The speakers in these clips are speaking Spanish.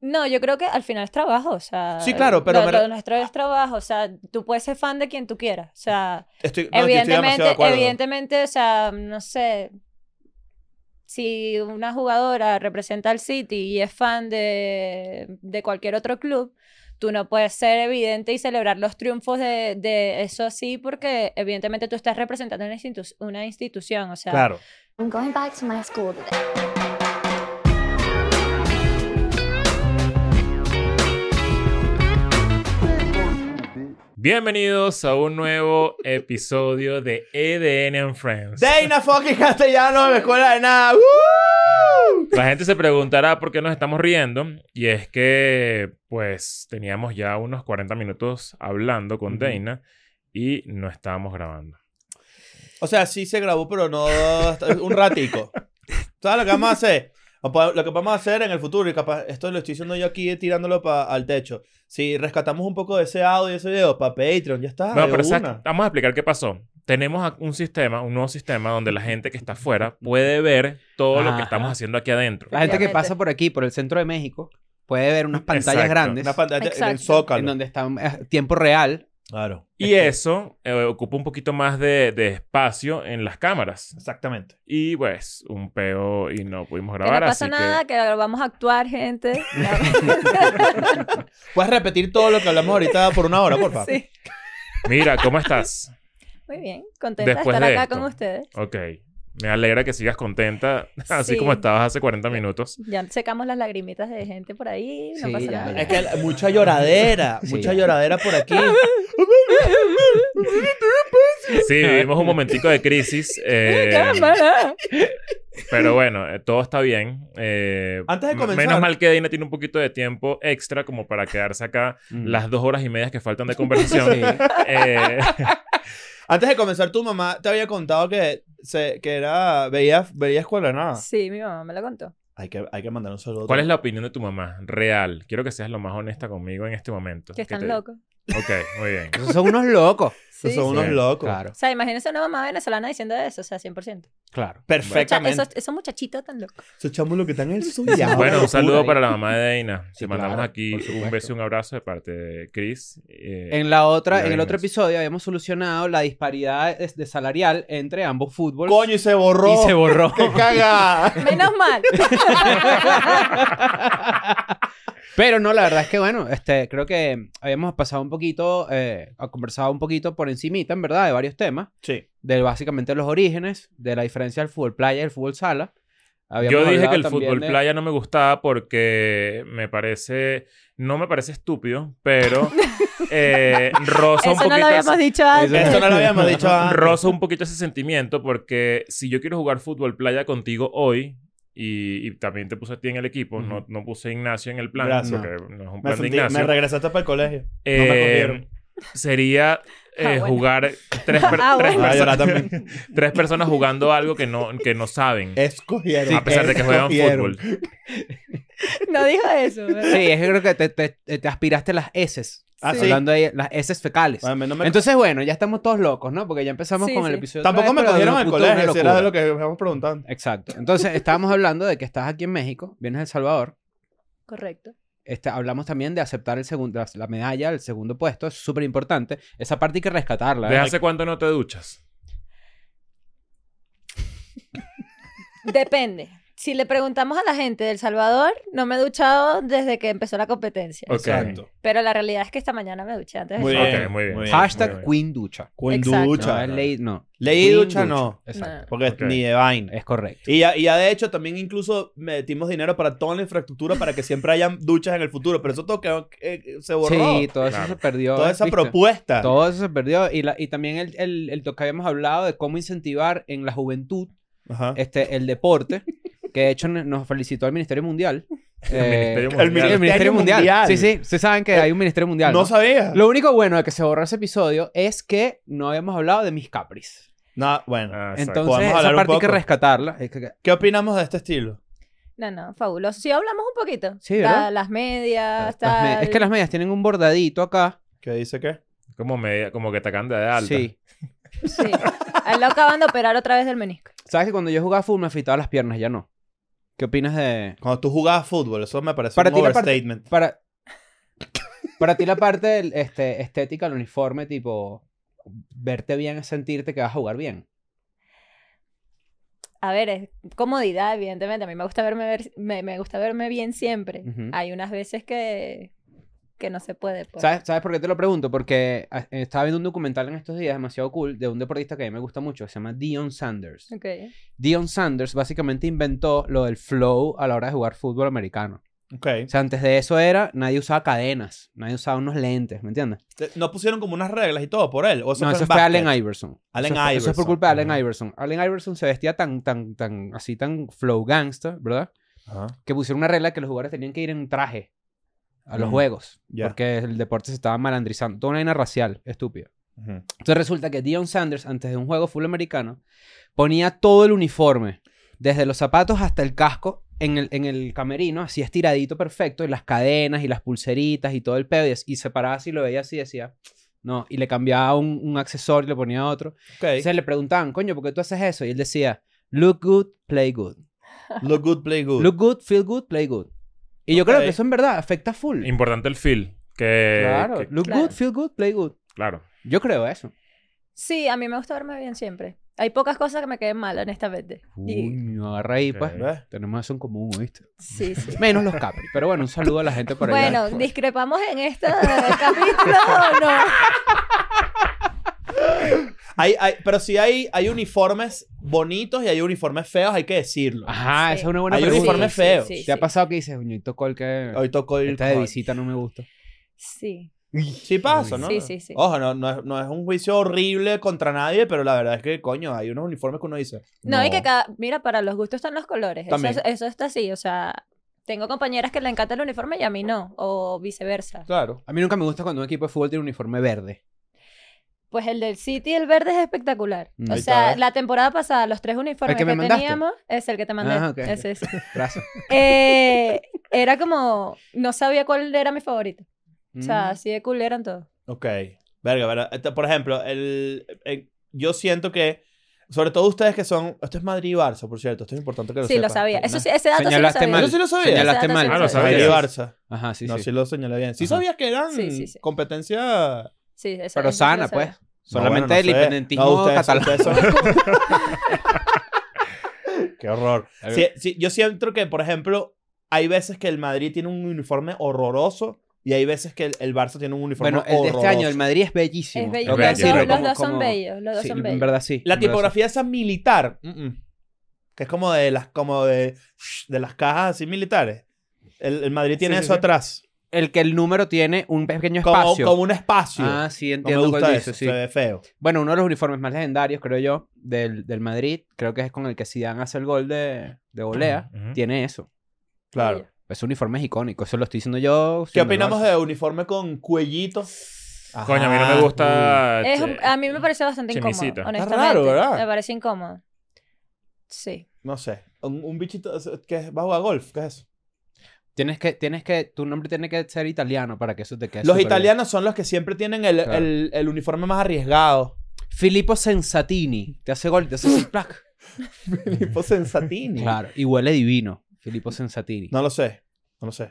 No, yo creo que al final es trabajo, o sea... Sí, claro, pero Lo, me lo re- nuestro es trabajo, o sea, tú puedes ser fan de quien tú quieras, o sea... Estoy, no, yo estoy demasiado de Evidentemente, acuerdo. evidentemente, o sea, no sé. Si una jugadora representa al City y es fan de, de cualquier otro club, tú no puedes ser evidente y celebrar los triunfos de, de eso así, porque evidentemente tú estás representando una, institu- una institución. O sea, Claro. I'm going back to my school today. Bienvenidos a un nuevo episodio de EDN and Friends. Deina fucking castellano de la escuela de nada. ¡Uh! La gente se preguntará por qué nos estamos riendo y es que pues teníamos ya unos 40 minutos hablando con Ujú. Dana y no estábamos grabando. O sea, sí se grabó, pero no hasta- un ratico. ¿Sabes lo que vamos a hacer? O pa- Lo que vamos a hacer en el futuro, y capaz, esto lo estoy diciendo yo aquí tirándolo pa- al techo. Si rescatamos un poco de ese audio y ese video para Patreon, ya está. No, Ah, de pero ¿sabes? una. vamos a explicar qué pasó. Tenemos a- un sistema, un nuevo sistema donde la gente que está afuera puede ver todo lo que Ah. Ajá. estamos haciendo aquí adentro. La gente que Obviamente. pasa por aquí, por el centro de México, puede ver unas pantallas Exacto. grandes Una pantalla en el Exacto. zócalo. en donde está eh, tiempo real. Claro. Y eso eh, ocupa un poquito más de, de espacio en las cámaras. Exactamente. Y pues, un peo y no pudimos que grabar. no pasa así nada, que... que... vamos a actuar, gente. ¿Puedes repetir todo lo que hablamos ahorita por una hora, por favor? Sí. Mira, ¿cómo estás? Muy bien, contenta Después de estar de acá esto. con ustedes. Ok. Me alegra que sigas contenta, así Sí. como estabas hace 40 minutos. Ya secamos las lagrimitas de gente por ahí, no Sí, pasa ya, nada. Es que la- mucha lloradera, Sí. mucha lloradera por aquí. Sí, vivimos un momentico de crisis, eh, Cámara. pero bueno, eh, todo está bien. eh, Antes de me- comenzar- Menos mal que Dina tiene un poquito de tiempo extra como para quedarse acá Mm. las dos horas y medias que faltan de conversación. Sí. Eh, Antes de comenzar, tu mamá te había contado que, se, que era, veía, veía escuela de nada. Sí, mi mamá me lo contó. Hay que, hay que mandar un saludo. ¿Cuál es la opinión de tu mamá? Real. Quiero que seas lo más honesta conmigo en este momento. Que ¿Qué están te- locos. Ok, muy bien. Esos son unos locos. Sí, son sí. unos sí. locos. Claro, O sea, imagínense una mamá venezolana diciendo eso, o sea, 100%. claro. Cha- Perfectamente. Esos, esos muchachitos tan locos. Esos chamos lo que están en el suya. Bueno, un saludo locura, ¿eh? para la mamá de Deina. Sí, Te mandamos claro, aquí por un supuesto. beso y un abrazo de parte de Chris. eh, En la otra, Ya en el vimos. otro episodio habíamos solucionado la disparidad de, de salarial entre ambos fútbol Coño, y se borró. y se borró. ¡Qué caga! Menos mal. Pero no, la verdad es que bueno, este, creo que habíamos pasado un poquito, eh, conversado un poquito por encimita, en verdad, de varios temas, Sí. de básicamente los orígenes, de la diferencia del fútbol playa y el fútbol sala. Habíamos Yo dije hablado que el también fútbol de- playa no me gustaba porque me parece, no me parece estúpido, pero eh, roza un Eso poquito. no lo habíamos ese- dicho antes. Eso no lo habíamos dicho antes. roza un poquito ese sentimiento porque si yo quiero jugar fútbol playa contigo hoy y, y también te puse a ti en el equipo, no, no puse a Ignacio en el plan Gracias. porque no es un Me, plan de sentí- me Ignacio. regresaste para el colegio. Eh, No me cogieron. sería eh, Ah, bueno. jugar tres, per- Ah, tres bueno. Ah, llorar personas, también. tres personas jugando algo que no, que no saben. Eh, Escogieron. a pesar de que juegan Escogieron. fútbol. No dijo eso. ¿verdad? Sí, es que creo que te, eh, te- te aspiraste las heces. Ah, sí. Hablando ahí, las heces fecales. Bueno, no me- Entonces, bueno, ya estamos todos locos, ¿no? Porque ya empezamos Sí, con el sí. episodio. Tampoco me otra vez, pero de cogieron una al puta- una colegio, si era de locura. lo que estábamos preguntando. Exacto. Entonces, estábamos hablando de que estás aquí en México, vienes a El Salvador. Correcto. Este, hablamos también de aceptar el segundo, la, la medalla, el segundo puesto, es súper importante. Esa parte hay que rescatarla. ¿eh? ¿Desde hace cuánto no te duchas? Depende. Si le preguntamos a la gente del Salvador, no me he duchado desde que empezó la competencia. Ok. Exacto. Pero la realidad es que esta mañana me duché antes de Muy salir. bien. Ok, muy bien. Ah, muy Hashtag muy bien. Queen Ducha. Queen Exacto. ducha. No, es ley, no. Ley Queen ducha, no. Exacto. Porque Ok. ni de vaina. Es correcto. Y ya, y ya de hecho también incluso metimos dinero para toda la infraestructura para que siempre hayan duchas en el futuro, pero eso todo quedó, eh, se borró. Sí, todo Claro. eso se perdió. Toda esa ¿viste? propuesta. Todo eso se perdió. Y, la, y también el, el, el- lo que habíamos hablado de cómo incentivar en la juventud Ajá. este, el deporte, que de hecho no- nos felicitó el Ministerio Mundial. Eh, Ministerio el Mundial. sí, el Ministerio Ministerio Mundial. Mundial. Eh, Sí, sí. Ustedes saben que hay un Ministerio Mundial. no ¿no? sabía. Lo único bueno de que se borró ese episodio es que no habíamos hablado de mis capris. No, bueno. Ah, exacto. Entonces, Podemos esa hablar un parte hay que poco. rescatarla. Es que- ¿Qué opinamos de este estilo? No, no, fabuloso. Sí, hablamos un poquito. Sí, ¿verdad? La- las medias, las tal. me- es que las medias tienen un bordadito acá. ¿Qué dice qué? como, media- como que te acaban de dar alta. Sí. Sí. Al lo acaban de operar otra vez del menisco. ¿Sabes que cuando yo jugaba fútbol me afeitaba las piernas? Ya no. ¿Qué opinas de...? Cuando tú jugabas fútbol, eso me parece Para un ti la parte- overstatement. Para, para ti la parte del, este, estética del uniforme, tipo, verte bien es sentirte que vas a jugar bien. A ver, es comodidad, evidentemente. A mí me gusta verme, ver- me, me gusta verme bien siempre. Ujú. Hay unas veces que, que no se puede. pues. ¿Sabes, ¿Sabes por qué te lo pregunto? Porque ah, eh, estaba viendo un documental en estos días demasiado cool de un deportista que a mí me gusta mucho, se llama Dion Sanders. Ok. Dion Sanders básicamente inventó lo del flow a la hora de jugar fútbol americano. Ok. O sea, antes de eso era, nadie usaba cadenas, nadie usaba unos lentes, ¿me entiendes? Te- No pusieron como unas reglas y todo por él. ¿O eso no, fue eso en fue básquet? Allen Iverson. Allen eso, fue- Eso es por Iverson. culpa de Allen Ajá. Iverson. Allen Iverson se vestía tan, tan, tan, así tan flow gangster, ¿verdad? Ajá. Que pusieron una regla que los jugadores tenían que ir en traje a los Mm, juegos. ya. Porque el deporte se estaba malandrizando. Toda una vaina racial, estúpida. Ujú. Entonces resulta que Dion Sanders, antes de un juego full americano, ponía todo el uniforme, desde los zapatos hasta el casco, en el, en el camerino, así estiradito perfecto, y las cadenas y las pulseritas y todo el pedo, y, as- y se paraba así, lo veía así y decía, no, y le cambiaba un, un accesorio y le ponía otro. Ok. Entonces le preguntaban, coño, ¿por qué tú haces eso? Y él decía, look good, play good. Look good, play good. Look good, feel good, play good. Y yo creo Ok. que eso en verdad afecta full. Importante el feel. Que, Claro, que- look Claro. good, feel good, play good. claro. Yo creo eso. Sí, a mí me gusta verme bien siempre. Hay pocas cosas que me queden mal, honestamente. Y- Coño, agarra ahí, Ok. pues. ¿Ves? Tenemos eso en común, ¿viste? sí, sí. Menos los Capri. Pero bueno, un saludo a la gente por allá. Bueno, discrepamos en este capítulo o no. Hay, hay- pero si hay, hay uniformes bonitos y hay uniformes feos, hay que decirlo. Ajá, Ah, esa es una buena Hay pregunta. uniformes feos. ¿Te ha pasado que dices, uñito tocó el que Hoy tocó el. esta de visita no me gusta? Sí. Sí pasa, ¿no? Sí, sí, sí. Ojo, no, no es, no es un juicio horrible contra nadie, pero la verdad es que, coño, hay unos uniformes que uno dice. No, y que cada, mira, para los gustos están los colores. Eso, También. es- eso está así, o sea, tengo compañeras que le encanta el uniforme y a mí no, o viceversa. Claro. A mí nunca me gusta cuando un equipo de fútbol tiene un uniforme verde. Pues el del City, el verde es espectacular. Mm. O Ahí sea, está. la temporada pasada, los tres uniformes ¿El que que, me mandaste? teníamos, es el que te mandé. Ah, ok. Ese, ese. Gracias. Eh, era como, no sabía cuál era mi favorito. O sea, Mm. así de cool eran todos. Ok. Verga, verga. Este, Por ejemplo, el, el- yo siento que, sobre todo ustedes que son. Esto es Madrid y Barça, por cierto. Esto es importante que lo Sí, lo sepan. sabía. pues, Eso ¿No? sí, ese dato Señalaste sí lo sabía. mal. Yo sí lo sabía. Señalaste Ese dato mal. sí Ah, lo Madrid y sabía. Barça. Ajá, sí, no, sí. sí lo señalé bien. Sí Ajá. sabías que eran Sí, sí, sí. competencia Sí, ese- Pero ese sí lo sana, sabía. pues. Solamente bueno, no el sé. independentismo No, ustedes- catalán. ustedes son- Qué horror. A ver. Sí, sí, yo siento que, por ejemplo, hay veces que el Madrid tiene un uniforme horroroso y hay veces que el, el Barça tiene un uniforme Bueno, el de este horroroso. año, el Madrid es bellísimo. Es bello. Tengo Ok, que Los, sí, dos, decirlo los como- dos son como- bellos. Los dos Sí, son en bellos. verdad sí. La en verdad sí. tipografía esa militar, mm, mm, que es como de las, como de, de las cajas así militares. El, el Madrid tiene Sí, sí, eso sí. atrás. El que el número tiene un pequeño Como, espacio. como un espacio. Ah, sí, no me entiendo gusta cuál eso, dice, sí. se ve feo. Bueno, uno de los uniformes más legendarios, creo yo, del, del Madrid, creo que es con el que Zidane hace el gol de, de volea, Ujú. tiene eso. Claro. Ese uniforme es icónico, eso lo estoy diciendo yo. ¿Qué siendo el opinamos Barça. de uniforme con cuellito? Coño, a mí no me Ah, Ajá. gusta. este, Es che. un- a eh, mí me pareció bastante Chemisita. incómodo, Está honestamente. raro, ¿verdad? Me parece incómodo. Sí. No sé. Un, un bichito que es bajo a golf. ¿Qué es eso? Tienes que, tienes que, tu nombre tiene que ser italiano para que eso te quede Los súper italianos son los que siempre tienen el, Claro. el- el uniforme más arriesgado. bien. Filippo Sensatini, te hace gol, te hace así, plac. Filippo Sensatini. Claro, y huele divino, Filippo Sensatini. No lo sé. No lo sé.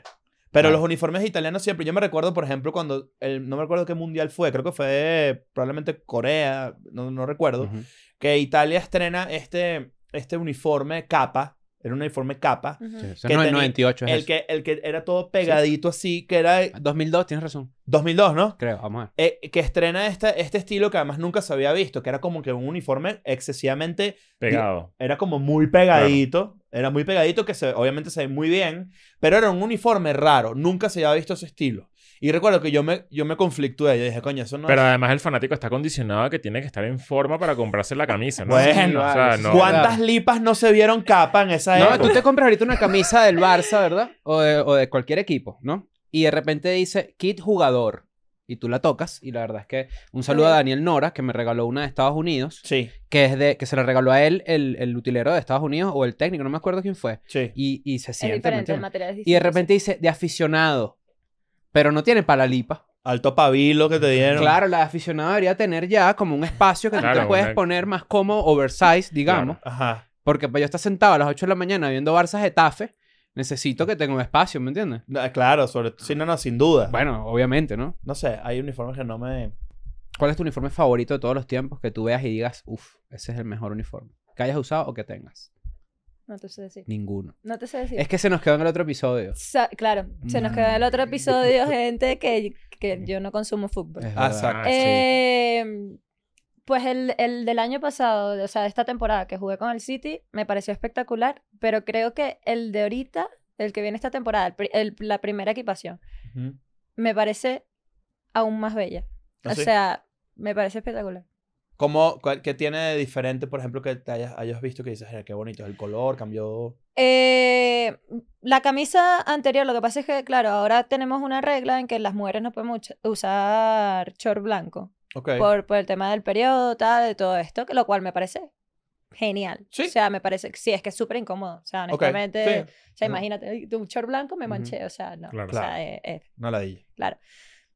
Pero Claro. los uniformes italianos siempre. Yo me recuerdo, por ejemplo, cuando. el- no me recuerdo qué mundial fue. Creo que fue probablemente Corea. No, no recuerdo. Ujú. Que Italia estrena este, este uniforme capa. Era un uniforme capa. Ujú. Sí, eso Que no es tenía- 98, es El eso. Ah. que, el que era todo pegadito así. Que era. 2002, tienes razón, 2002, ¿no? creo, vamos a ver. Eh, que estrena este, este estilo que además nunca se había visto, que era como que un uniforme excesivamente, Pegado. era como muy pegadito, era muy pegadito, que se, obviamente se ve muy bien, pero era un uniforme raro, nunca se había visto ese estilo. Y recuerdo que yo me, yo me conflictué, yo dije, coño, eso no Pero es... además el fanático está condicionado a que tiene que estar en forma para comprarse la camisa, ¿no? Bueno, o sea, vale, no. sí. ¿Cuántas lipas no se vieron capa en esa No, época? Ah, tú te compras ahorita una camisa del Barça, ¿verdad? O de, o de cualquier equipo, ¿no? Y de repente dice kit jugador. Y tú la tocas. Y la verdad es que un saludo a Daniel Nora, que me regaló una de Estados Unidos, Sí, que es de, que se la regaló a él el, el utilero de Estados Unidos o el técnico, no me acuerdo quién fue. sí. Y, y se es siente. ¿me diferente, el entiendes? material es Y de distinto, sí. repente dice de aficionado. Pero no tiene palalipa. Alto pabilo que te dieron. Claro, la de aficionado debería tener ya como un espacio que tú Claro, te puedes una- poner más cómodo, oversize, digamos. Ajá. Porque para yo estar sentado a las 8 de la mañana viendo Barça Getafe, necesito que tenga un espacio, ¿me entiendes? No, claro, sobre sí, no, no, sin duda. Bueno, obviamente, ¿no? No sé, hay uniformes que no me. ¿Cuál es tu uniforme favorito de todos los tiempos que tú veas y digas, uff, ese es el mejor uniforme? Que hayas usado o que tengas. No te sé decir. Ninguno. No te sé decir. Es que se nos quedó en el otro episodio. Sa- claro, se nos quedó en el otro episodio gente que, que yo no consumo fútbol. Es Ah, verdad. exacto. Eh, pues el, el del año pasado, o sea, de esta temporada que jugué con el City, me pareció espectacular, pero creo que el de ahorita, el que viene esta temporada, el pri- el- la primera equipación, Ujú. me parece aún más bella. ¿Ah, o sí? sea, me parece espectacular. ¿Cómo, cuál- ¿Qué tiene de diferente, por ejemplo, que te hayas, hayas visto que dices, "Mira, qué bonito es el color, cambió? Eh, la camisa anterior, lo que pasa es que, claro, ahora tenemos una regla en que las mujeres no podemos ucha- usar short blanco Ok. por, por el tema del periodo, tal, de todo esto, que lo cual me parece genial. Sí. O sea, me parece, sí, es que es súper incómodo. O sea, Ok, honestamente, eh, sí. o sea, Ujú. imagínate, ay, de un short blanco me Ujú. manché, o sea, no. Claro. O sea, Claro. eh, eh, No la dije.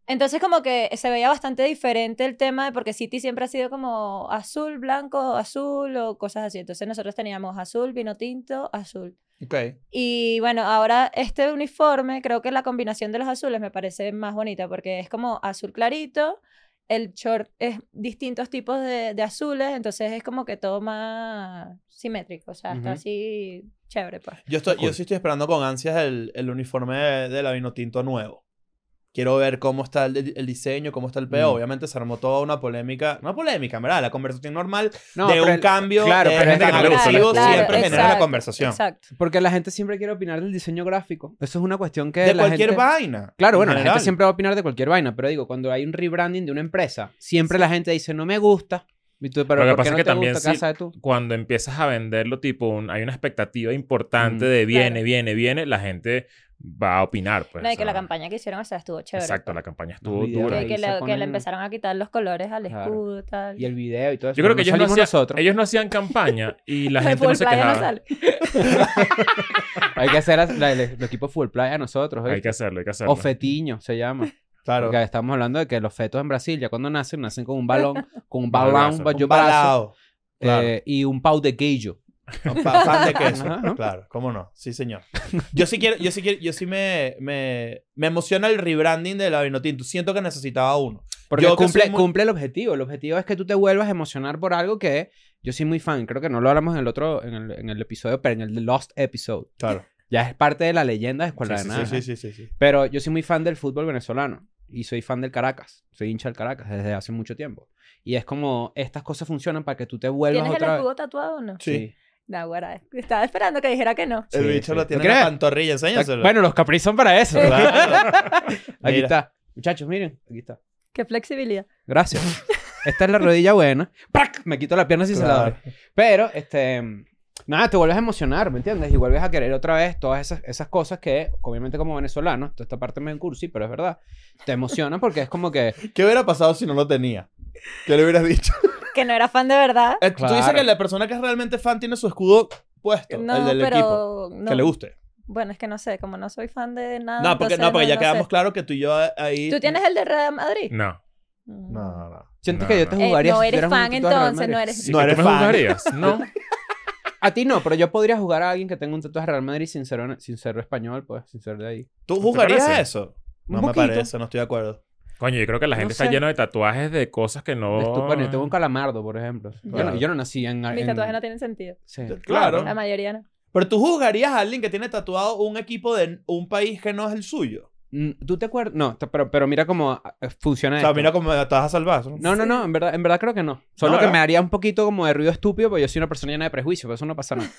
entonces como que se veía bastante diferente el tema, de- porque City siempre ha sido como azul, blanco, azul o cosas así. Entonces nosotros teníamos azul, vino tinto, azul. Ok. Y bueno, ahora este uniforme, creo que la combinación de los azules me parece más bonita porque es como azul clarito, el short es distintos tipos de, de azules, entonces es como que todo más simétrico, o sea, está Ujú. así chévere, pues. Yo, estoy, yo Cool. sí estoy esperando con ansias el, el uniforme de, de la Vinotinto nuevo. Quiero ver cómo está el, el diseño, cómo está el peo. Mm. Obviamente se armó toda una polémica. No polémica, en ¿verdad? La conversación normal No, de pero un el- cambio claro, eh, pero hay tan gente que no le gusta, agresivo claro, siempre genera una exacto, conversación. Exacto. Porque la gente siempre quiere opinar del diseño gráfico. Eso es una cuestión que De la cualquier gente... vaina. Claro, en bueno, la general. gente siempre va a opinar de cualquier vaina, pero digo, cuando hay un rebranding de una empresa, siempre la gente dice, no me gusta. Y tú, pero Lo que ¿por pasa qué es no que te también gusta? ¿Qué sí- sabes tú? Cuando empiezas a venderlo, tipo, un- hay una expectativa importante Mm. de viene, Claro. viene, viene, la gente va a opinar, pues. no, y o que la sea, campaña que hicieron, o sea, estuvo chévere. Exacto, pues. la campaña estuvo videos dura. Y que, Ahí se le, que le ponen- empezaron a quitar los colores al Claro. escudo, tal. Y el video y todo eso. Yo creo que no ellos no, salimos hacían, nosotros. ellos no hacían campaña y la Lo de gente no Full se Pues Playa quejaba. sale. Hay que hacer as- la- el, el equipo Full Play a nosotros. ¿eh? hay que hacerlo, hay que hacerlo. O fetiño se llama. Claro. Porque estamos hablando de que los fetos en Brasil, ya cuando nacen, nacen con un balón, con un balón, Balazo. un Un bayo Un balazo, balao. Claro. eh, y un pau de guillo. No, pa- pan de queso. Ajá, ¿no? Claro, cómo no. Sí, señor. Yo sí quiero, yo sí quiero, yo sí me, me, me emociona el rebranding de la Vinotinto. Siento que necesitaba uno. Porque Yo que cumple, soy muy- cumple el objetivo. El objetivo es que tú te vuelvas a emocionar por algo que yo soy muy fan. Creo que no lo hablamos en el otro, en el, en el episodio, pero en el de Lost Episode. Claro. Ya es parte de la leyenda de Escuela de sí, Nada. sí, sí, sí, sí, sí. Pero yo soy muy fan del fútbol venezolano y soy fan del Caracas. Soy hincha del Caracas desde hace mucho tiempo. Y es como estas cosas funcionan para que tú te vuelvas ¿Tienes el otra vez. escudo tatuado o no? Sí. Nah, guarda, estaba esperando que dijera que no. El Sí, bicho sí. lo tiene ¿No en la crees? pantorrilla, Ta- enséñaselo. Bueno, los capris son para eso. Claro. Aquí Mira. está. Muchachos, miren. Aquí está. Qué flexibilidad. Gracias. Esta es la rodilla buena. ¡Prac! Me quito la pierna si se la doy. Claro. Pero, este... Nada, te vuelves a emocionar, ¿me entiendes? Y vuelves a querer otra vez todas esas, esas cosas que, obviamente como venezolano, toda esta parte me cursi, pero es verdad, te emocionan porque es como que... ¿Qué hubiera pasado si no lo tenía? ¿Qué le hubieras dicho? Que no era fan de verdad. Eh, Tú dices Claro. que la persona que es realmente fan tiene su escudo puesto, No, el del equipo. pero no. Que le guste. Bueno, es que no sé, como no soy fan de nada. No, porque, entonces no, porque ya no quedamos sé. claro que tú y yo ahí. ¿Tú tienes el de Real Madrid? No. Mm. No, no, no. No, Sientes que yo no. te Eh, jugaría... no si eres tuvieras un fan tatuaje de Real entonces, no Madrid. Sí, eres. No ¿qué eres tú me fan. jugarías? No. A ti no, pero yo podría jugar a alguien que tenga un tatuaje de Real Madrid sin ser, sin ser español, pues, sin ser de ahí. ¿Tú ¿No te jugarías parece? eso? Un No me poquito. parece, no estoy de acuerdo. Coño, yo creo que la No gente sé. está llena de tatuajes de cosas que no. Estu- Bueno, yo tengo un Oh. calamardo, por ejemplo. Yo no- Yo, Claro. no, nací en... Mis en- tatuajes no tienen sentido. Sí. Claro. La mayoría no. Pero tú juzgarías a alguien que tiene tatuado un equipo de un país que no es el suyo. Mm, ¿Tú te acuerdas? No, te- pero, pero mira cómo ah, eh, funciona O sea, esto. mira cómo te vas a salvar. No, no, no, en verdad, en verdad creo que no. Solo No, que ¿verdad? me haría un poquito como de ruido estúpido porque yo soy una persona llena de prejuicios, pero eso no pasa nada.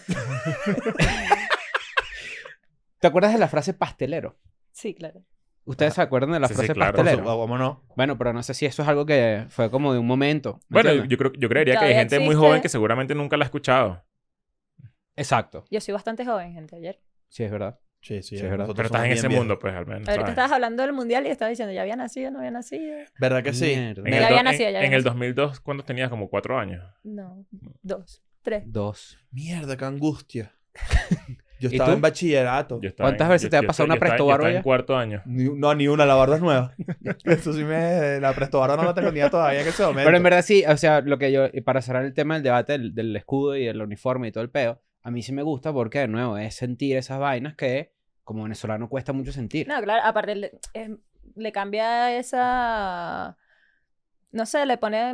¿Te acuerdas de la frase pastelero? Sí, claro. ¿Ustedes se acuerdan de la Sí, sí, frase claro. Por su- pastelero? ah, ¿Cómo no? Bueno, pero no sé si eso es algo que fue como de un momento. ¿me Bueno, entiendes? yo, creo, yo creería que hay Todavía gente muy existe. joven que seguramente nunca la ha escuchado. Exacto. Yo soy bastante joven, gente, ayer. Sí, es verdad. Sí, sí, es verdad. nosotros Pero estás somos en bien ese viejos. mundo, pues, al menos. Ahorita ¿sabes? estabas hablando del mundial y estabas diciendo, ya había nacido, no había nacido. ¿Verdad que sí? Mierda. En Ya el, había do- nacido, en- ya había en el nacido. 2002, ¿cuándo tenías? Como cuatro años. No, dos, tres. Dos. Mierda, qué angustia. Yo ¿Y estaba tú? en bachillerato. Yo estaba ¿Cuántas en- veces yo- te ha yo pasado estaba- una yo estaba- Presto yo Baro estaba ya? en cuarto año. Ni- no, ni una, la barba es nueva. Eso sí me... La Presto Barra no la tengo ni idea todavía en ese momento. Pero en verdad sí, o sea, lo que yo, y para cerrar el tema del debate del, del escudo y del uniforme y todo el peo, a mí sí me gusta porque, de nuevo, es sentir esas vainas que como venezolano cuesta mucho sentir. No, claro, aparte le, es- le cambia esa. No sé, le pone.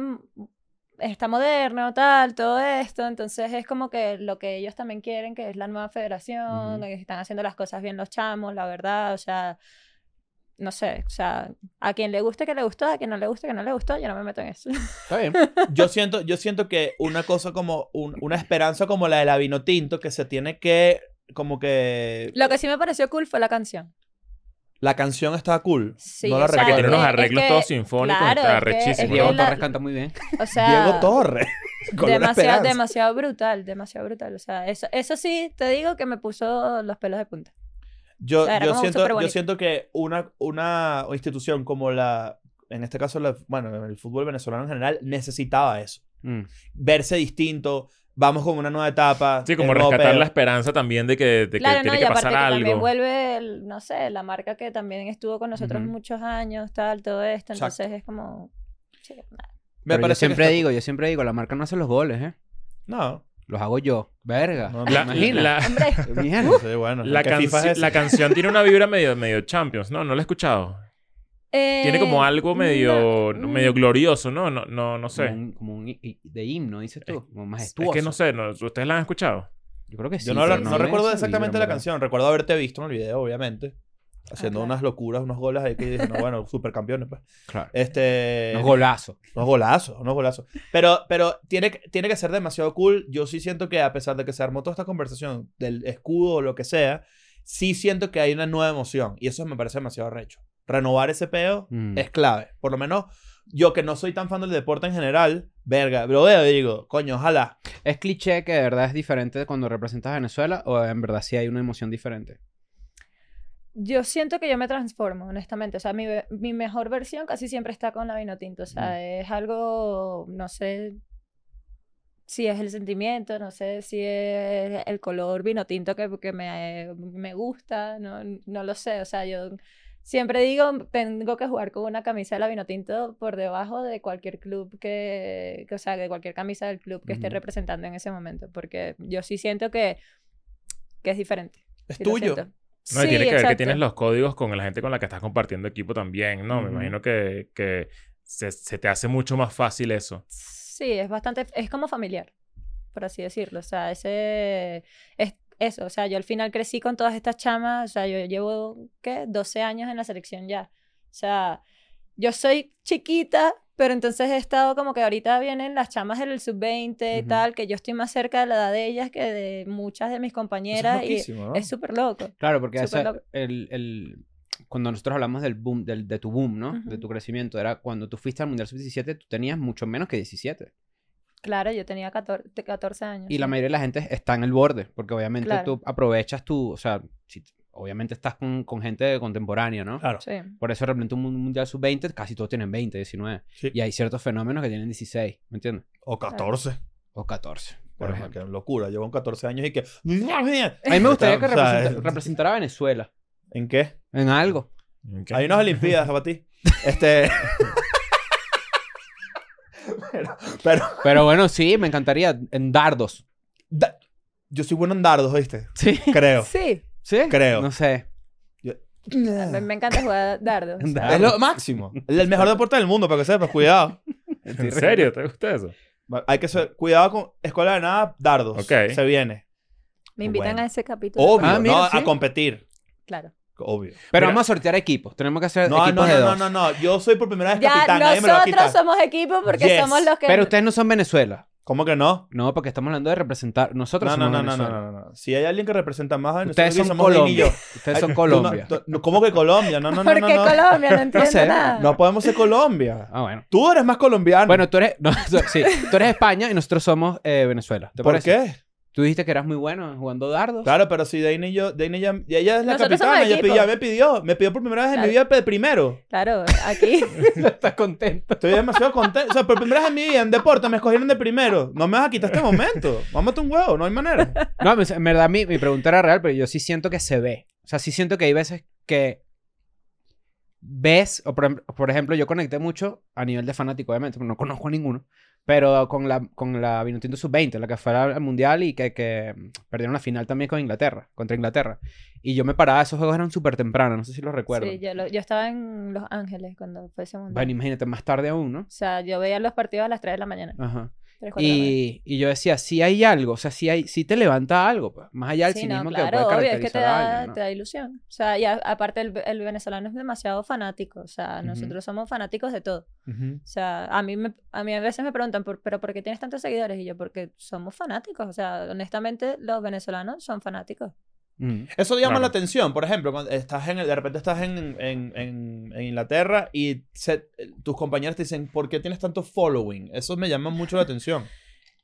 Está moderno, tal, todo esto. Entonces es como que lo que ellos también quieren, que es la nueva federación, Ujú. que están haciendo las cosas bien los chamos, la verdad, o sea. No sé, o sea, a quien le guste que le gustó, a quien no le guste que no le gustó, yo no me meto en eso. Está bien. Yo siento, yo siento que una cosa como... un- una esperanza como la del vino tinto que se tiene que... Como que... Lo que sí me pareció cool fue la canción. La canción estaba cool. Sí, no la o sea, Que tiene recuerdo. unos Es que- arreglos todos sinfónicos. claro, está es que- rechísimo. es que Diego la- Torres canta muy bien. O sea, Diego Torres. Con una demasiado, esperanza. demasiado brutal, demasiado brutal. O sea, eso, eso sí te digo que me puso los pelos de punta. Yo, O sea, era yo, como siento, yo superbonito. siento que una, una institución como la, en este caso, la, bueno, el fútbol venezolano en general, necesitaba eso. Mm. Verse distinto, vamos con una nueva etapa. Sí, como el nuevo rescatar peo. la esperanza también de que, de que claro, tiene no, que y aparte pasar que también algo. vuelve, el- no sé, la marca que también estuvo con nosotros Ujú. muchos años, tal, todo esto. Exacto. Entonces es como... sí, nada. Me Pero yo parece que siempre está- digo, yo siempre digo, la marca no hace los goles, ¿eh? No. Los hago yo. Verga. No, ¿Te La, imaginas? la- Hombre, Mierda. Sí, bueno. la ¿qué FIFA es canci- esa? la canción tiene una vibra medio, medio Champions, ¿no? No la he escuchado. Tiene como eh, mm, algo medio, no, medio glorioso, ¿no? No, no, no Como sé. un, como un hi- hi- de himno, dices tú. Como Es majestuoso. que no sé, no- ¿ustedes la han escuchado? Yo creo que sí. Yo no, la- pero no me recuerdo esa exactamente vibra, la en verdad. canción. Recuerdo haberte visto en el video, obviamente. Haciendo claro. unas locuras, unos goles ahí que dije, no, bueno, supercampeones, pues. Claro. Este. Los golazos. Unos golazos, unos golazos. Pero, pero tiene, que- tiene que ser demasiado cool. Yo sí siento que a pesar de que se armó toda esta conversación del escudo o lo que sea, sí siento que hay una nueva emoción. Y eso me parece demasiado recho. Renovar ese peo Mm. es clave. Por lo menos yo que no soy tan fan del deporte en general, verga, lo veo y digo, coño, ojalá. ¿Es cliché que de verdad es diferente de cuando representas a Venezuela o en verdad sí hay una emoción diferente? Yo siento que yo me transformo, honestamente. O sea, mi, ve- mi mejor versión casi siempre está con la vino tinto. O sea, Mm. es algo, no sé si es el sentimiento, no sé si es el color vino tinto que, que me, me gusta, no, no lo sé. O sea, yo siempre digo, tengo que jugar con una camisa de la vino tinto por debajo de cualquier club que, que, o sea, de cualquier camisa del club que Mm. esté Ujú. representando en ese momento, porque yo sí siento que, que es diferente. Es Sí lo tuyo. siento. No, y tiene que ver que exacto. tienes los códigos con la gente con la que estás compartiendo equipo también, ¿no? Me Ujú. imagino que, que se, se te hace mucho más fácil eso. Sí, es bastante, es como familiar, por así decirlo. O sea, ese es eso. O sea, yo al final crecí con todas estas chamas. O sea, yo llevo, ¿qué? 12 años en la selección ya. O sea, yo soy chiquita, pero entonces he estado como que ahorita vienen las chamas del sub-20 y Ujú. tal, que yo estoy más cerca de la edad de ellas que de muchas de mis Eso compañeras. es y loquísimo, ¿no? es súper loco. Claro, porque Súper esa- loco. el, el- cuando nosotros hablamos del boom, del, de tu boom, ¿no? De Ujú. tu crecimiento, era cuando tú fuiste al Mundial Sub-17, tú tenías mucho menos que 17. Claro, yo tenía 14, 14 años. Y la sí. mayoría de la gente está en el borde, porque obviamente Claro. tú aprovechas tu, o sea, si- obviamente estás con, con gente contemporánea, ¿no? Claro. Sí. Por eso de repente un Mundial Sub-20, casi todos tienen 20, 19. Sí. Y hay ciertos fenómenos que tienen 16, ¿me entiendes? O 14. O 14, por Por ejemplo. ejemplo. locura. Yo con 14 años y que... A mí me gustaría que O sea, representa- representara a Venezuela ¿En qué? en algo. Ok. Hay unas Olimpiadas para ti. Este. pero, pero- Pero bueno, sí, me encantaría en dardos. da- yo soy bueno en dardos, ¿viste? Sí. Creo. Sí, ¿Sí? Creo. No sé. me, me encanta jugar dardos. En Es lo máximo. El, el mejor deporte del mundo, para que sepas. Cuidado. ¿En serio? ¿Te gusta eso? Hay que ser. Cuidado con escuela de nada, dardos. Ok. Se viene. Me invitan Bueno. a ese capítulo. Obvio, Ah, mira, no sí. a competir. Claro. Obvio. Mira. Pero vamos a sortear equipos. Tenemos que hacer No, equipos no, no, de no, dos. no, no. Yo soy por primera vez Ya, capitán. Nadie me lo va a nosotros quitar. somos equipo porque Yes. somos los que. Pero ustedes no son Venezuela. ¿Cómo que no? No, porque estamos hablando de representar. No, Nosotros no, somos no, no, no, Venezuela. no, no. Si hay alguien que representa más a Venezuela, Ustedes son somos Dani y Colombia. yo. Ustedes son Ay, tú no- Colombia. tú- no, ¿Cómo que Colombia? No, no, no, Porque no. no. Colombia no entiendo sé, nada. No podemos ser Colombia. Ah, bueno. Tú eres más colombiano. Bueno, tú eres... no, tú- sí, tú eres España y nosotros somos eh, Venezuela. ¿Te ¿por parece? qué? Tú- Tú dijiste que eras muy bueno jugando dardos. Claro, pero si Dane y yo, Dane ya, y ella es la Nosotros somos capitana, ella, equipo. pi- ya me pidió, me pidió por primera vez en mi vida pe- primero. Claro, aquí. Estás contento. Estoy demasiado contento. O sea, por primera vez en mi vida en deporte me escogieron de primero. No me vas a quitar este momento. Mámate un huevo, no hay manera. No, en- en verdad mi, mi pregunta era real, pero yo sí siento que se ve. O sea, sí siento que hay veces que ves, o por, em- por ejemplo, yo conecté mucho a nivel de fanático, obviamente, no conozco a ninguno, pero con la, con la Vinotinto Sub-20, la que fue al al Mundial y que, que mm, perdieron la final también con Inglaterra, contra Inglaterra. Y yo me paraba, esos juegos eran súper tempranos, no sé si los recuerdo. Sí, yo, lo- yo estaba en Los Ángeles cuando fue ese mundial. Bueno, imagínate, más tarde aún, ¿no? O sea, yo veía los partidos a las 3 de la mañana. Ajá. tres, cuatro de la mañana. Y, y yo decía, sí hay algo, o sea, sí, hay, sí te levanta algo, pues, más allá del Sí, cinismo no, que puede claro, obvio, caracterizar es que te a da, alguien, ¿no? te da ilusión. O sea, y a- aparte el, el venezolano es demasiado fanático. O sea, Ujú. nosotros somos fanáticos de todo. Ujú. O sea, a mí, me, a mí a veces me preguntan, "¿Por- ¿pero por qué tienes tantos seguidores? Y yo, porque somos fanáticos. O sea, honestamente, los venezolanos son fanáticos. Ujú. Eso llama Claro. la atención. Por ejemplo, cuando estás en, el- de repente estás en, en- en- en Inglaterra y se- tus compañeros te dicen, ¿por qué tienes tanto following? Eso me llama mucho la atención.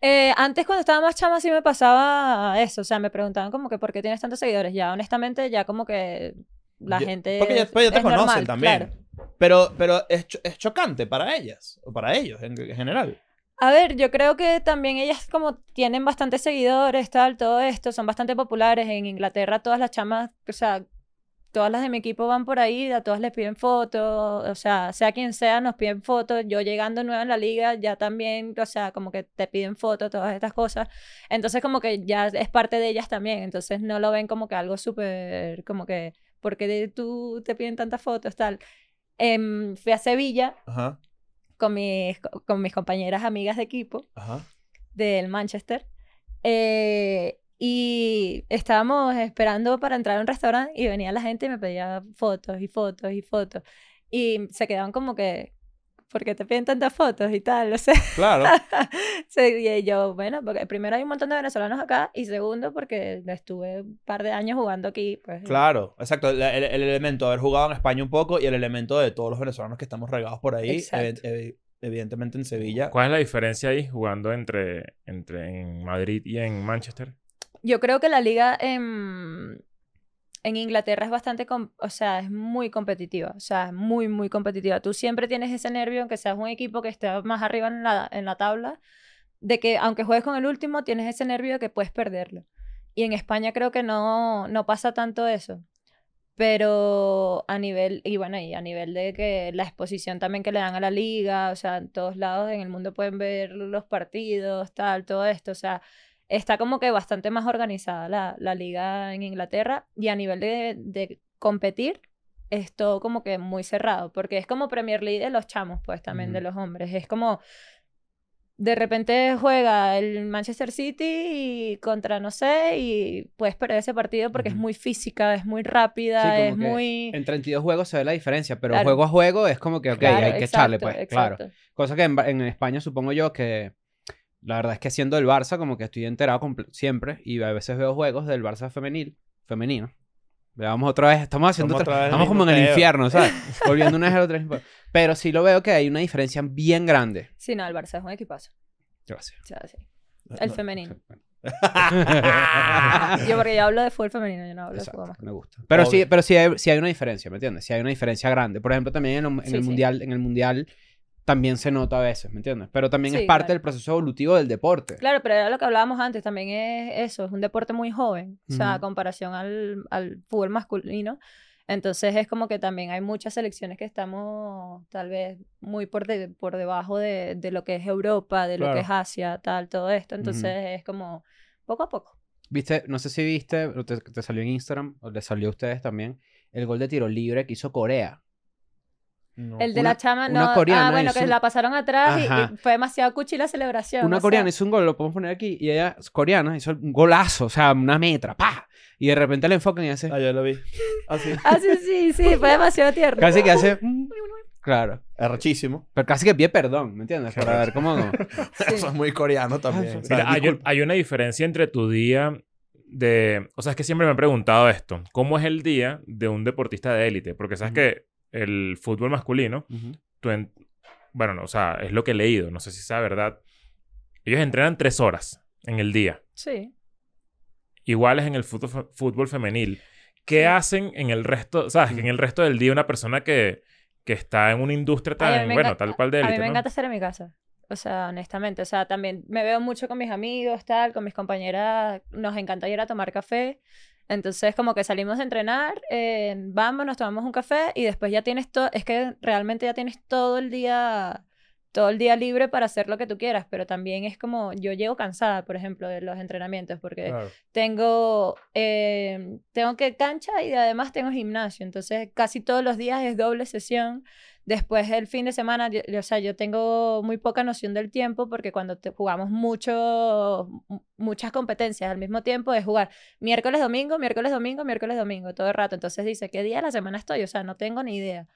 Eh, antes cuando estaba más chama sí me pasaba eso, o sea, me preguntaban como que por qué tienes tantos seguidores. Ya, honestamente, ya como que la Ya- gente... Porque ya, es- pues ya te es conocen normal, también. claro. Pero, pero es, cho- es chocante para ellas, o para ellos en, en general. A ver, yo creo que también ellas como tienen bastantes seguidores, tal, todo esto, son bastante populares. En Inglaterra todas las chamas, o sea, todas las de mi equipo van por ahí, a todas les piden fotos, o sea, sea quien sea, nos piden fotos. Yo llegando nueva en la liga, ya también, o sea, como que te piden fotos, todas estas cosas. Entonces como que ya es parte de ellas también, entonces no lo ven como que algo súper, como que, ¿por qué de- tú te piden tantas fotos, tal? Em, fui a Sevilla Ajá, con mis, con mis compañeras amigas de equipo ajá. del Manchester. eh, y estábamos esperando para entrar a un restaurante y venía la gente y me pedía fotos y fotos y fotos. Y se quedaban como que, ¿por qué te piden tantas fotos y tal? O sea, Claro. se- y yo, bueno, porque primero hay un montón de venezolanos acá y segundo porque estuve un par de años jugando aquí. Pues, Claro, exacto. La- El, el elemento de haber jugado en España un poco y el elemento de todos los venezolanos que estamos regados por ahí, Exacto. evi- evi- evidentemente en Sevilla. ¿Cuál es la diferencia ahí jugando entre, entre en Madrid y en Manchester? Yo creo que la liga en, en Inglaterra es bastante, com- o sea, es muy competitiva, o sea, es muy, muy competitiva. Tú siempre tienes ese nervio, aunque seas un equipo que esté más arriba en la, en la tabla, de que aunque juegues con el último, tienes ese nervio de que puedes perderlo. Y en España creo que no, no pasa tanto eso. Pero a nivel, y bueno, y a nivel de que la exposición también que le dan a la liga, o sea, en todos lados en el mundo pueden ver los partidos, tal, todo esto, o sea, está como que bastante más organizada la, la liga en Inglaterra y a nivel de, de competir es todo como que muy cerrado, porque es como Premier League de los chamos, pues también de Ujú. los hombres, es como de repente juega el Manchester City y contra no sé y puedes perder ese partido porque es Ujú. muy física, es muy rápida, Sí, como es que muy... En 32 juegos se ve la diferencia, pero Claro. juego a juego es como que, ok, Claro, hay que exacto, echarle, pues, claro. exacto. Cosa que en, Ba- en España supongo yo que, la verdad es que siendo el Barça, como que estoy enterado comple- siempre y a veces veo juegos del Barça femenil, femenino. Veamos otra vez, estamos haciendo Estamos otra otra- vez en el estamos como en el mismo peo. infierno, ¿sabes? Volviendo una vez a otra vez. Pero sí lo veo que hay una diferencia bien grande. Sí, no, el Barça es un equipazo. Gracias. O sea, sí. El femenino. Bueno. Yo porque yo hablo de fútbol femenino, yo no hablo de Exacto, fútbol masculino. me gusta. Pero sí, Obvio. pero sí hay, sí hay una diferencia, ¿me entiendes? Sí hay una diferencia grande. Por ejemplo, también en, lo- en Sí, el sí. mundial, en el mundial también se nota a veces, ¿me entiendes? Pero también es Sí, parte claro. del proceso evolutivo del deporte. Claro, pero era lo que hablábamos antes, también es eso, es un deporte muy joven, o sea, a Ujú. comparación al, al fútbol masculino. Entonces es como que también hay muchas selecciones que estamos tal vez muy por, de- por debajo de, de lo que es Europa, de lo que es Asia, tal, todo esto. Entonces es como poco a poco. Viste, no sé si viste, o te, te salió en Instagram o te salió a ustedes también el gol de tiro libre que hizo Corea. No. El de una- la chama, una no. coreana ah, bueno, hizo que un- la pasaron atrás y- y, Ajá. fue demasiado cuchi la celebración. Una o sea, coreana hizo un gol, lo podemos poner aquí, y ella es coreana, hizo un golazo, o sea, una metra, pa. Y de repente le enfocan y hace Ah, yo lo vi. Ah, sí. Ah, sí, sí, sí, fue demasiado tierno. casi que hace claro, Arrechísimo. pero casi que pide perdón, ¿me entiendes? Para ver cómo Sí. Eso es muy coreano Ah, también. sí. O sea, Mira, hay, un- disculpa. hay una diferencia entre tu día de... O sea, es que siempre me he preguntado esto. ¿Cómo es el día de un deportista de élite? Porque sabes Ujú. que el fútbol masculino, Ujú. tú en- bueno, no, o sea, es lo que he leído, no sé si es verdad. Ellos entrenan tres horas en el día. Sí. iguales en el fútbol, fútbol femenil. ¿Qué hacen en el resto, sabes, Mm. que en el resto del día una persona que, que está en una industria tan, Ay, a mí me bueno, encanta- tal cual de A mí élite, me ¿no? encanta estar en mi casa. O sea, honestamente. O sea, también me veo mucho con mis amigos, tal, con mis compañeras. Nos encanta ir a tomar café. Entonces, como que salimos de entrenar, eh, vamos, nos tomamos un café y después ya tienes todo. Es que realmente ya tienes todo el día. Todo el día libre para hacer lo que tú quieras, pero también es como yo llego cansada, por ejemplo, de los entrenamientos, porque Claro. tengo, eh, tengo que cancha y además tengo gimnasio. Entonces, casi todos los días es doble sesión. Después el fin de semana, yo- yo- o sea, yo tengo muy poca noción del tiempo porque cuando te- jugamos mucho, mu- muchas competencias al mismo tiempo es jugar miércoles, domingo, miércoles, domingo, miércoles, domingo, todo el rato. Entonces dice, ¿qué día de la semana estoy? O sea, no tengo ni idea.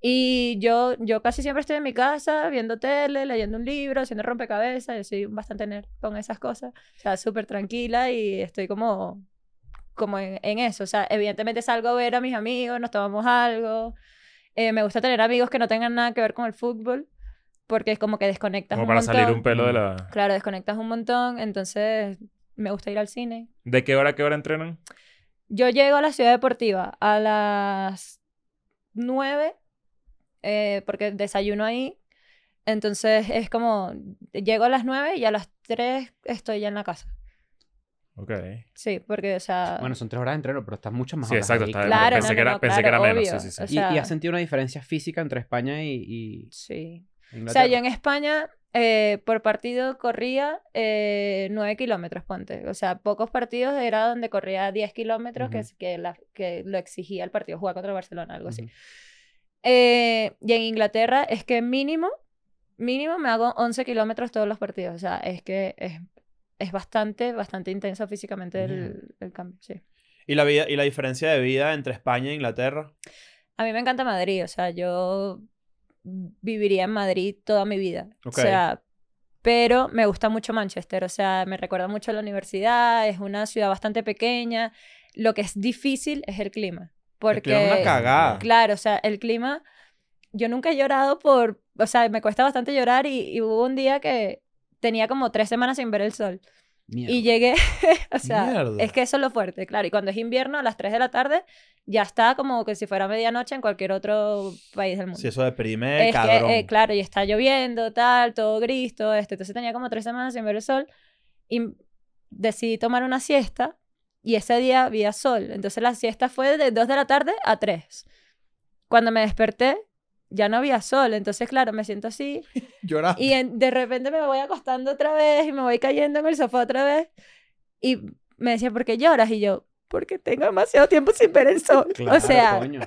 Y yo, yo casi siempre estoy en mi casa viendo tele, leyendo un libro, haciendo rompecabezas. Yo soy bastante nerd con esas cosas. O sea, súper tranquila y estoy como, como en, en eso. O sea, evidentemente salgo a ver a mis amigos, nos tomamos algo. Eh, me gusta tener amigos que no tengan nada que ver con el fútbol porque es como que desconectas Como un para salir montón. un pelo de la... Claro, desconectas un montón. Entonces, me gusta ir al cine. ¿De qué hora a qué hora entrenan? Yo llego a la ciudad deportiva a las 9, eh, porque desayuno ahí. Entonces es como, llego a las 9 y a las 3 estoy ya en la casa. Ok. Sí, porque, o sea... Bueno, son tres horas de entreno, pero estás mucho más Sí, horas exacto. ahí, está- claro. Claro, pensé no, que no, era, no, pensé que claro, era menos. obvio. Sí, sí, sí. O Y- y, sea- has sentido una diferencia física entre España y, y sí. O Inglaterra. sea, yo en España eh, por partido corría eh, 9 kilómetros, ponte. O sea, pocos partidos era donde corría 10 kilómetros, que, Ujú. es- que, la- que lo exigía el partido, jugar contra el Barcelona, algo así. Ujú. Eh, y en Inglaterra es que mínimo, mínimo me hago 11 kilómetros todos los partidos. O sea, es que es, es bastante, bastante intenso físicamente el, el cambio. Sí. ¿Y la, vida, y la diferencia de vida entre España e Inglaterra. A mí me encanta Madrid. O sea, yo viviría en Madrid toda mi vida. Ok. O sea, pero me gusta mucho Manchester. O sea, me recuerda mucho a la universidad. Es una ciudad bastante pequeña. Lo que es difícil es el clima. Porque El clima es una cagada. Claro, o sea, el clima, yo nunca he llorado por, o sea, me cuesta bastante llorar y, y hubo un día que tenía como tres semanas sin ver el sol Mierda. y llegué, o sea, Mierda. es que eso es lo fuerte, claro, y cuando es invierno a las 3 de la tarde ya está como que si fuera medianoche en cualquier otro país del mundo. Si eso deprime, Es que, cabrón. eh, claro, y está lloviendo, tal, todo gris, todo esto. Entonces tenía como tres semanas sin ver el sol y decidí tomar una siesta y ese día había sol. Entonces la siesta fue de 2 de la tarde a 3. Cuando me desperté, ya no había sol. Entonces, claro, me siento así Llorar. y en- de repente me voy acostando otra vez y me voy cayendo en el sofá otra vez. Y me decía, ¿por qué lloras? Y yo, porque tengo demasiado tiempo sin ver el sol. Claro, o sea, coño.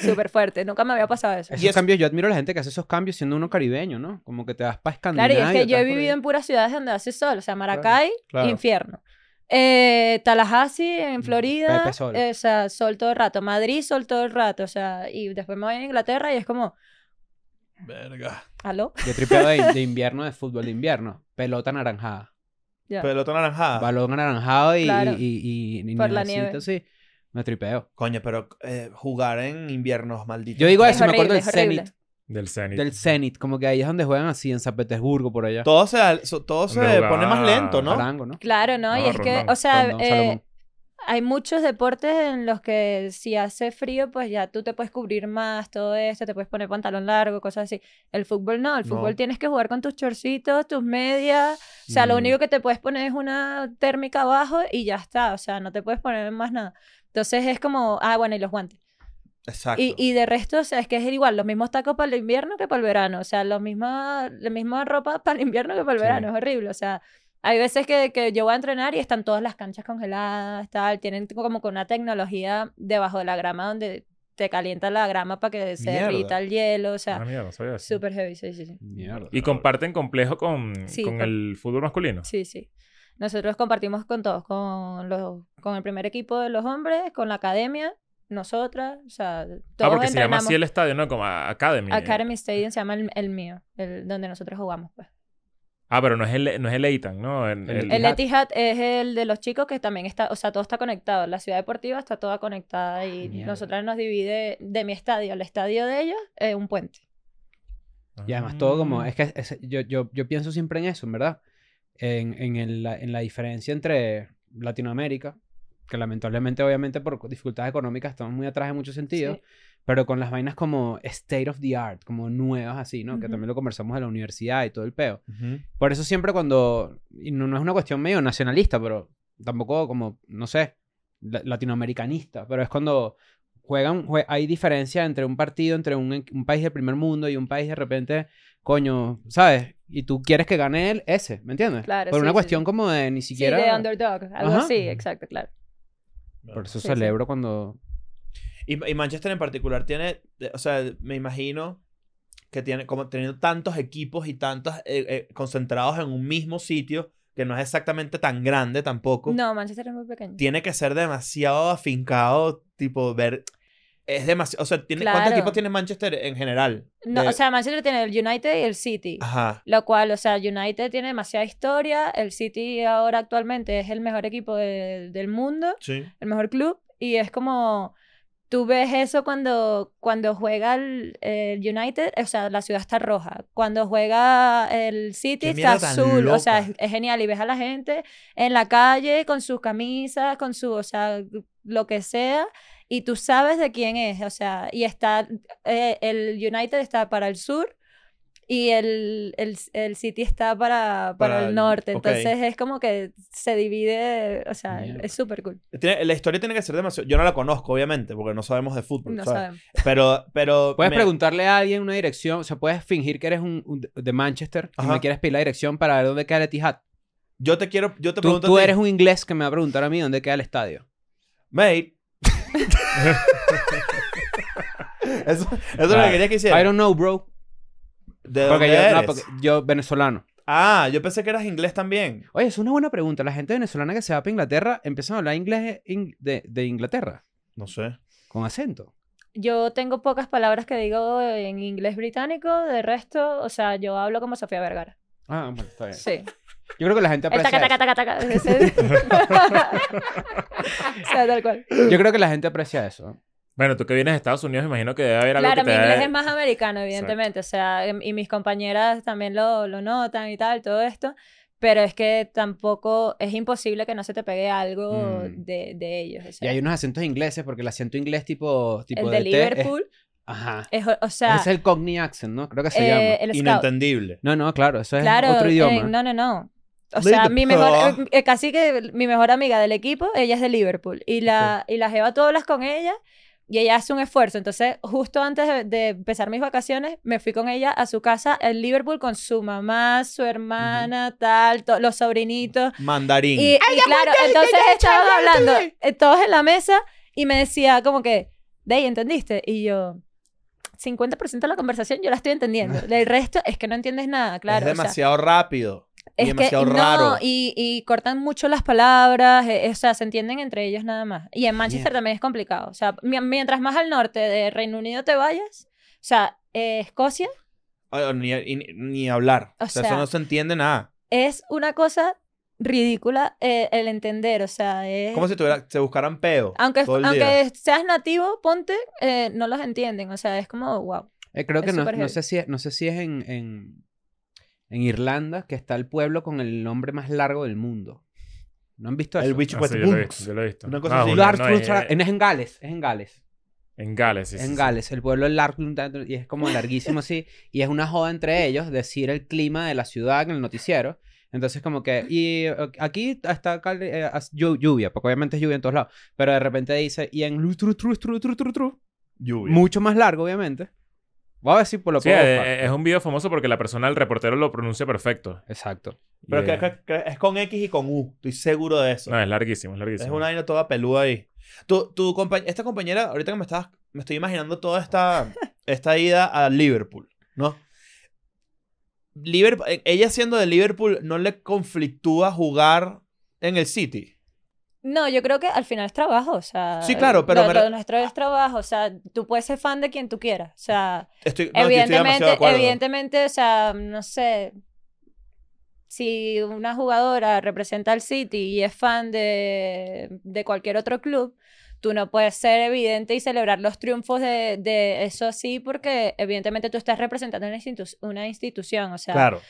súper fuerte. Nunca me había pasado eso. Esos Y es- cambios, yo admiro a la gente que hace esos cambios siendo uno caribeño, ¿no? Como que te vas para Claro, Escandinavia. y es que te yo he vas por vivido ahí. en puras ciudades donde hace sol. O sea, Maracay, claro. infierno. Eh, Tallahassee, en Florida, Pepe sol. eh, o sea, sol todo el rato. Madrid, sol todo el rato. O sea, y después me voy a Inglaterra y es como, Verga. ¿aló? Yo tripeo de, de invierno, de fútbol de invierno. Pelota anaranjada. Ya. Pelota naranjada. Balón anaranjado y, Ah. Claro. y, y- y Por la nievecita, nieve. sí. Me tripeo. Coño, pero eh, jugar en inviernos, maldito. Yo digo Es eso, me acuerdo horrible, del es horrible. Zenit. Del Zenit. Del Zenit, como que ahí es donde juegan así, en San Petersburgo, por allá. Todo se, so- todo se Hombre, pone más jugaba- lento, ¿no? Arango, ¿no? Claro, ¿no? y No, es que, Rondón, o sea, Rondón, eh, Salomón. hay muchos deportes en los que si hace frío, pues ya tú te puedes cubrir más, todo esto, te puedes poner pantalón largo, cosas así. El fútbol no, el No. fútbol tienes que jugar con tus chorcitos, tus medias, o sea, lo Mm. único que te puedes poner es una térmica abajo y ya está, o sea, no te puedes poner más nada. Entonces es como, ah, bueno, y los guantes. Exacto. Y, y de resto, o sea, es que es igual, los mismos tacos para el invierno que para el verano, o sea, los misma, la misma ropa para el invierno que para el Sí. verano, es horrible, o sea, hay veces que, que yo voy a entrenar y están todas las canchas congeladas, tal, tienen tipo como con una tecnología debajo de la grama donde te calienta la grama para que se Mierda. derrita el hielo, o Ah, sea, mierda, sabía eso. súper heavy, sí, sí, sí. Mierda. Y comparten complejo con, Sí, con con- el fútbol masculino. Sí, sí. Nosotros compartimos con todos, con, los, con el primer equipo de los hombres, con la academia, nosotras, o sea, Ah, todos porque se llama entrenamos. así el estadio, ¿no? Como a- Academy. Academy Stadium se llama el, el mío, el donde nosotros jugamos, pues. Ah, pero no es el, no es el Eitan, ¿no? El, El- el- El Etihad. Etihad es el de los chicos que también está, o sea, todo está conectado. La ciudad deportiva está toda conectada y Mierda. nosotras nos divide de mi estadio al estadio de ellos eh, un puente. Ah. Y además todo como, Mm. es que es- yo, yo, yo pienso siempre en eso, en verdad. En, en, el- la, en la diferencia entre Latinoamérica, que lamentablemente, obviamente, por dificultades económicas estamos muy atrás en muchos sentidos, Sí. pero con las vainas como state of the art, como nuevas así, ¿no? Que Ujú. también lo conversamos en la universidad y todo el peo. Por eso siempre cuando, y no, no es una cuestión medio nacionalista, pero tampoco como, no sé, la- latinoamericanista, pero es cuando juegan, jue- hay diferencia entre un partido, entre un, en- un país del primer mundo y un país de repente, coño, ¿sabes? Y tú quieres que gane él ese, ¿me entiendes? Claro, Por sí, una sí, cuestión sí. como de ni Sí, siquiera... de underdog, algo Ajá. así, exacto, claro. Por eso Sí, sí. celebro cuando... Y, y Manchester en particular tiene, eh, o sea, me imagino que tiene, como teniendo tantos equipos y tantos eh, eh, concentrados en un mismo sitio, que no es exactamente tan grande tampoco, No, Manchester es muy pequeño. tiene que ser demasiado afincado, tipo, ver, es demasiado, o sea, tiene, ¿cuántos Claro. equipos tiene Manchester en general? No, De- o sea, Manchester tiene el United y el City. Ajá. Lo cual, o sea, United tiene demasiada historia. El City ahora actualmente es el mejor equipo de- del mundo, Sí. el mejor club. Y es como, tú ves eso cuando, cuando juega el, el United, o sea, la ciudad está roja. Cuando juega el City Qué está mierda tan azul. O sea, loca. es, es genial. Y ves a la gente en la calle con sus camisas, con su, o sea, lo que sea. Y tú sabes de quién es, o sea, y está, eh, el United está para el sur y el, el, el City está para, para, Para el el- norte. ok. Entonces es como que se divide, o sea, Mierda. es súper cool. Tiene- la historia tiene que ser demasiado, yo no la conozco, obviamente, porque no sabemos de fútbol, No ¿sabes? sabemos. Pero, pero... Puedes me- preguntarle a alguien una dirección, o sea, puedes fingir que eres un, un- de Manchester y Ajá. me quieres pedir la dirección para ver dónde queda el Etihad. Yo te quiero, yo te Tú, pregunto... tú a ti, eres un inglés que me va a preguntar a mí dónde queda el estadio. Mate. eso eso es lo que Ah, quería que I hiciera. don't know, bro. ¿De dónde Porque yo, no, eres? porque yo, venezolano. Ah, yo pensé que eras inglés también. Oye, es una buena pregunta. La gente venezolana que se va para Inglaterra empieza a hablar inglés in- de, de Inglaterra, No sé. con acento. Yo tengo pocas palabras que digo en inglés británico, de resto, o sea, yo hablo como Sofía Vergara. Ah, bueno, está bien. Sí. Yo creo que la gente El aprecia taca, taca, eso. taca, taca. ese- o sea, tal cual. Yo creo que la gente aprecia eso. Bueno, tú que vienes de Estados Unidos, me imagino que debe haber algo Claro, que te mi debe- inglés es más americano, evidentemente, o sea, em- y mis compañeras también lo, lo notan y tal, todo esto, pero es que tampoco es imposible que no se te pegue algo Mm. de, de ellos. o sea, Y hay unos acentos ingleses, porque el acento inglés tipo, tipo eh. el de DT es- Liverpool ajá. es, o- o sea, es el Cockney accent, ¿no? Creo que se eh, llama. el scout. Inentendible. No, no, claro. Eso es Claro, otro idioma. eh, no, no, no. O Liverpool. sea, mi mejor, eh, eh, casi que mi mejor amiga del equipo, ella es de Liverpool. Y la, y la jeva, tú hablas con ella y ella hace un esfuerzo. Entonces, justo antes de, de empezar mis vacaciones, me fui con ella a su casa en Liverpool con su mamá, su hermana, tal, to- los sobrinitos. Mandarín. Y, y claro, entonces estaban hablando eh, todos en la mesa y me decía como que, de ahí, ¿entendiste? Y yo, 50% de la conversación yo la estoy entendiendo. Del resto es que no entiendes nada, claro. es o sea, demasiado rápido. es y demasiado que, raro. No, y, y cortan mucho las palabras, eh, eh, o sea, se entienden entre ellos nada más. Y en Manchester Mierda. también es complicado. O sea, mi- mientras más al norte de Reino Unido te vayas, o sea, eh, Escocia Ay, Ni, y- ni hablar. O O sea, sea- eso no se entiende nada. es una cosa ridícula eh, el entender, o sea, es... Como si tuviera, se buscaran peo. Aunque, todo el día. aunque seas nativo, ponte, eh, no los entienden. O sea, es como, wow. Eh, creo que Es no, súper no heavy. sé si es, no sé si es en, en, en Irlanda que está el pueblo con el nombre más largo del mundo. ¿No han visto eso? El bicho Ah, pues, sí, yo lo he boom. visto, yo lo he visto. Una cosa Ah, así. bueno, Lars no, Cruz- eh, en- es en Gales, es en Gales. en Gales, sí, es sí, en sí. Gales, el pueblo es largo y es como larguísimo así. Y es una joda entre ellos decir el clima de la ciudad en el noticiero. Entonces, como que, y eh, aquí está cal- eh, as- llu- lluvia, porque obviamente es lluvia en todos lados. Pero de repente dice, y en lu- tru- tru- tru- tru- tru- tru, Lluvia. mucho más largo, obviamente. Voy a decir por lo Sí, puedo eh, buscar. eh, es un video famoso porque la persona, el reportero, lo pronuncia perfecto. Exacto. Pero Y, que- eh, que- que es con X y con U. Estoy seguro de eso. No, es larguísimo, es larguísimo. Es una vaina toda peluda ahí. Tu, tu compa- esta compañera, ahorita que me estás, me estoy imaginando toda esta, esta ida a Liverpool, ¿no? Liverpool, ella siendo de Liverpool, ¿no le conflictúa jugar en el City? No, yo creo que al final es trabajo. O sea, Sí, claro, pero Lo, me lo re- nuestro es trabajo. O sea, tú puedes ser fan de quien tú quieras. O sea, Estoy, no, estoy- estoy demasiado de evidentemente, acuerdo. evidentemente, o sea, no sé. Si una jugadora representa al City y es fan de, de cualquier otro club, tú no puedes ser evidente y celebrar los triunfos de, de eso sí, porque evidentemente tú estás representando una, institu- una institución. O sea, Claro.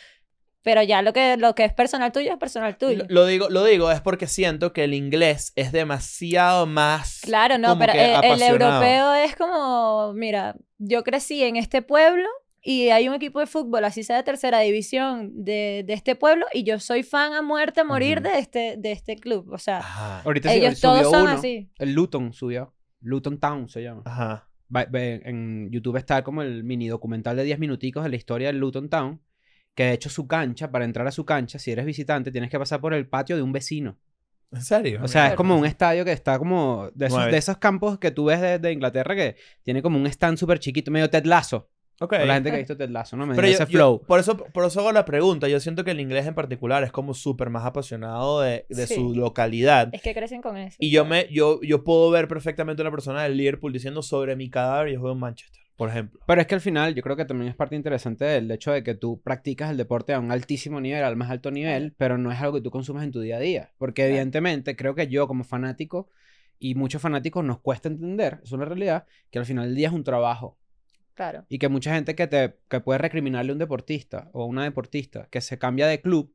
Pero ya lo que, lo que es personal tuyo es personal tuyo. Lo, lo digo, lo digo es porque siento que el inglés es demasiado más. Claro, no, como pero que e- el, apasionado. europeo es como, mira, yo crecí en este pueblo y hay un equipo de fútbol, así sea de tercera división de, de este pueblo, y yo soy fan a muerte, a morir Ujú. de, este, de este club. O sea, Ajá. Ahorita sí, ellos subió todos son uno. así. El Luton subió. Luton Town se llama. Ajá. Va- ve- En YouTube está como el mini documental de 10 minuticos de la historia del Luton Town. Que de hecho su cancha, para entrar a su cancha, si eres visitante, tienes que pasar por el patio de un vecino. ¿En serio? O sea, es mierda. como un estadio que está como de esos, Nueve. de esos campos que tú ves de, de Inglaterra que tiene como un stand súper chiquito, medio Ted Lasso. Ok. Por la gente que ha visto Ted Lasso, ¿no? Me Pero yo- ese yo- flow. por, eso, por eso hago la pregunta. Yo siento que el inglés en particular es como súper más apasionado de, de Sí. su localidad. Es que crecen con eso. Y yo, me, yo, yo puedo ver perfectamente una persona del Liverpool diciendo sobre mi cadáver yo juego en Manchester, por ejemplo. Pero es que al final yo creo que también es parte interesante del hecho de que tú practicas el deporte a un altísimo nivel, al más alto nivel, pero no es algo que tú consumes en tu día a día. Porque evidentemente creo que yo como fanático y muchos fanáticos nos cuesta entender, es una realidad, que al final del día es un trabajo. Claro. Y que mucha gente que, te, que puede recriminarle a un deportista o a una deportista que se cambia de club,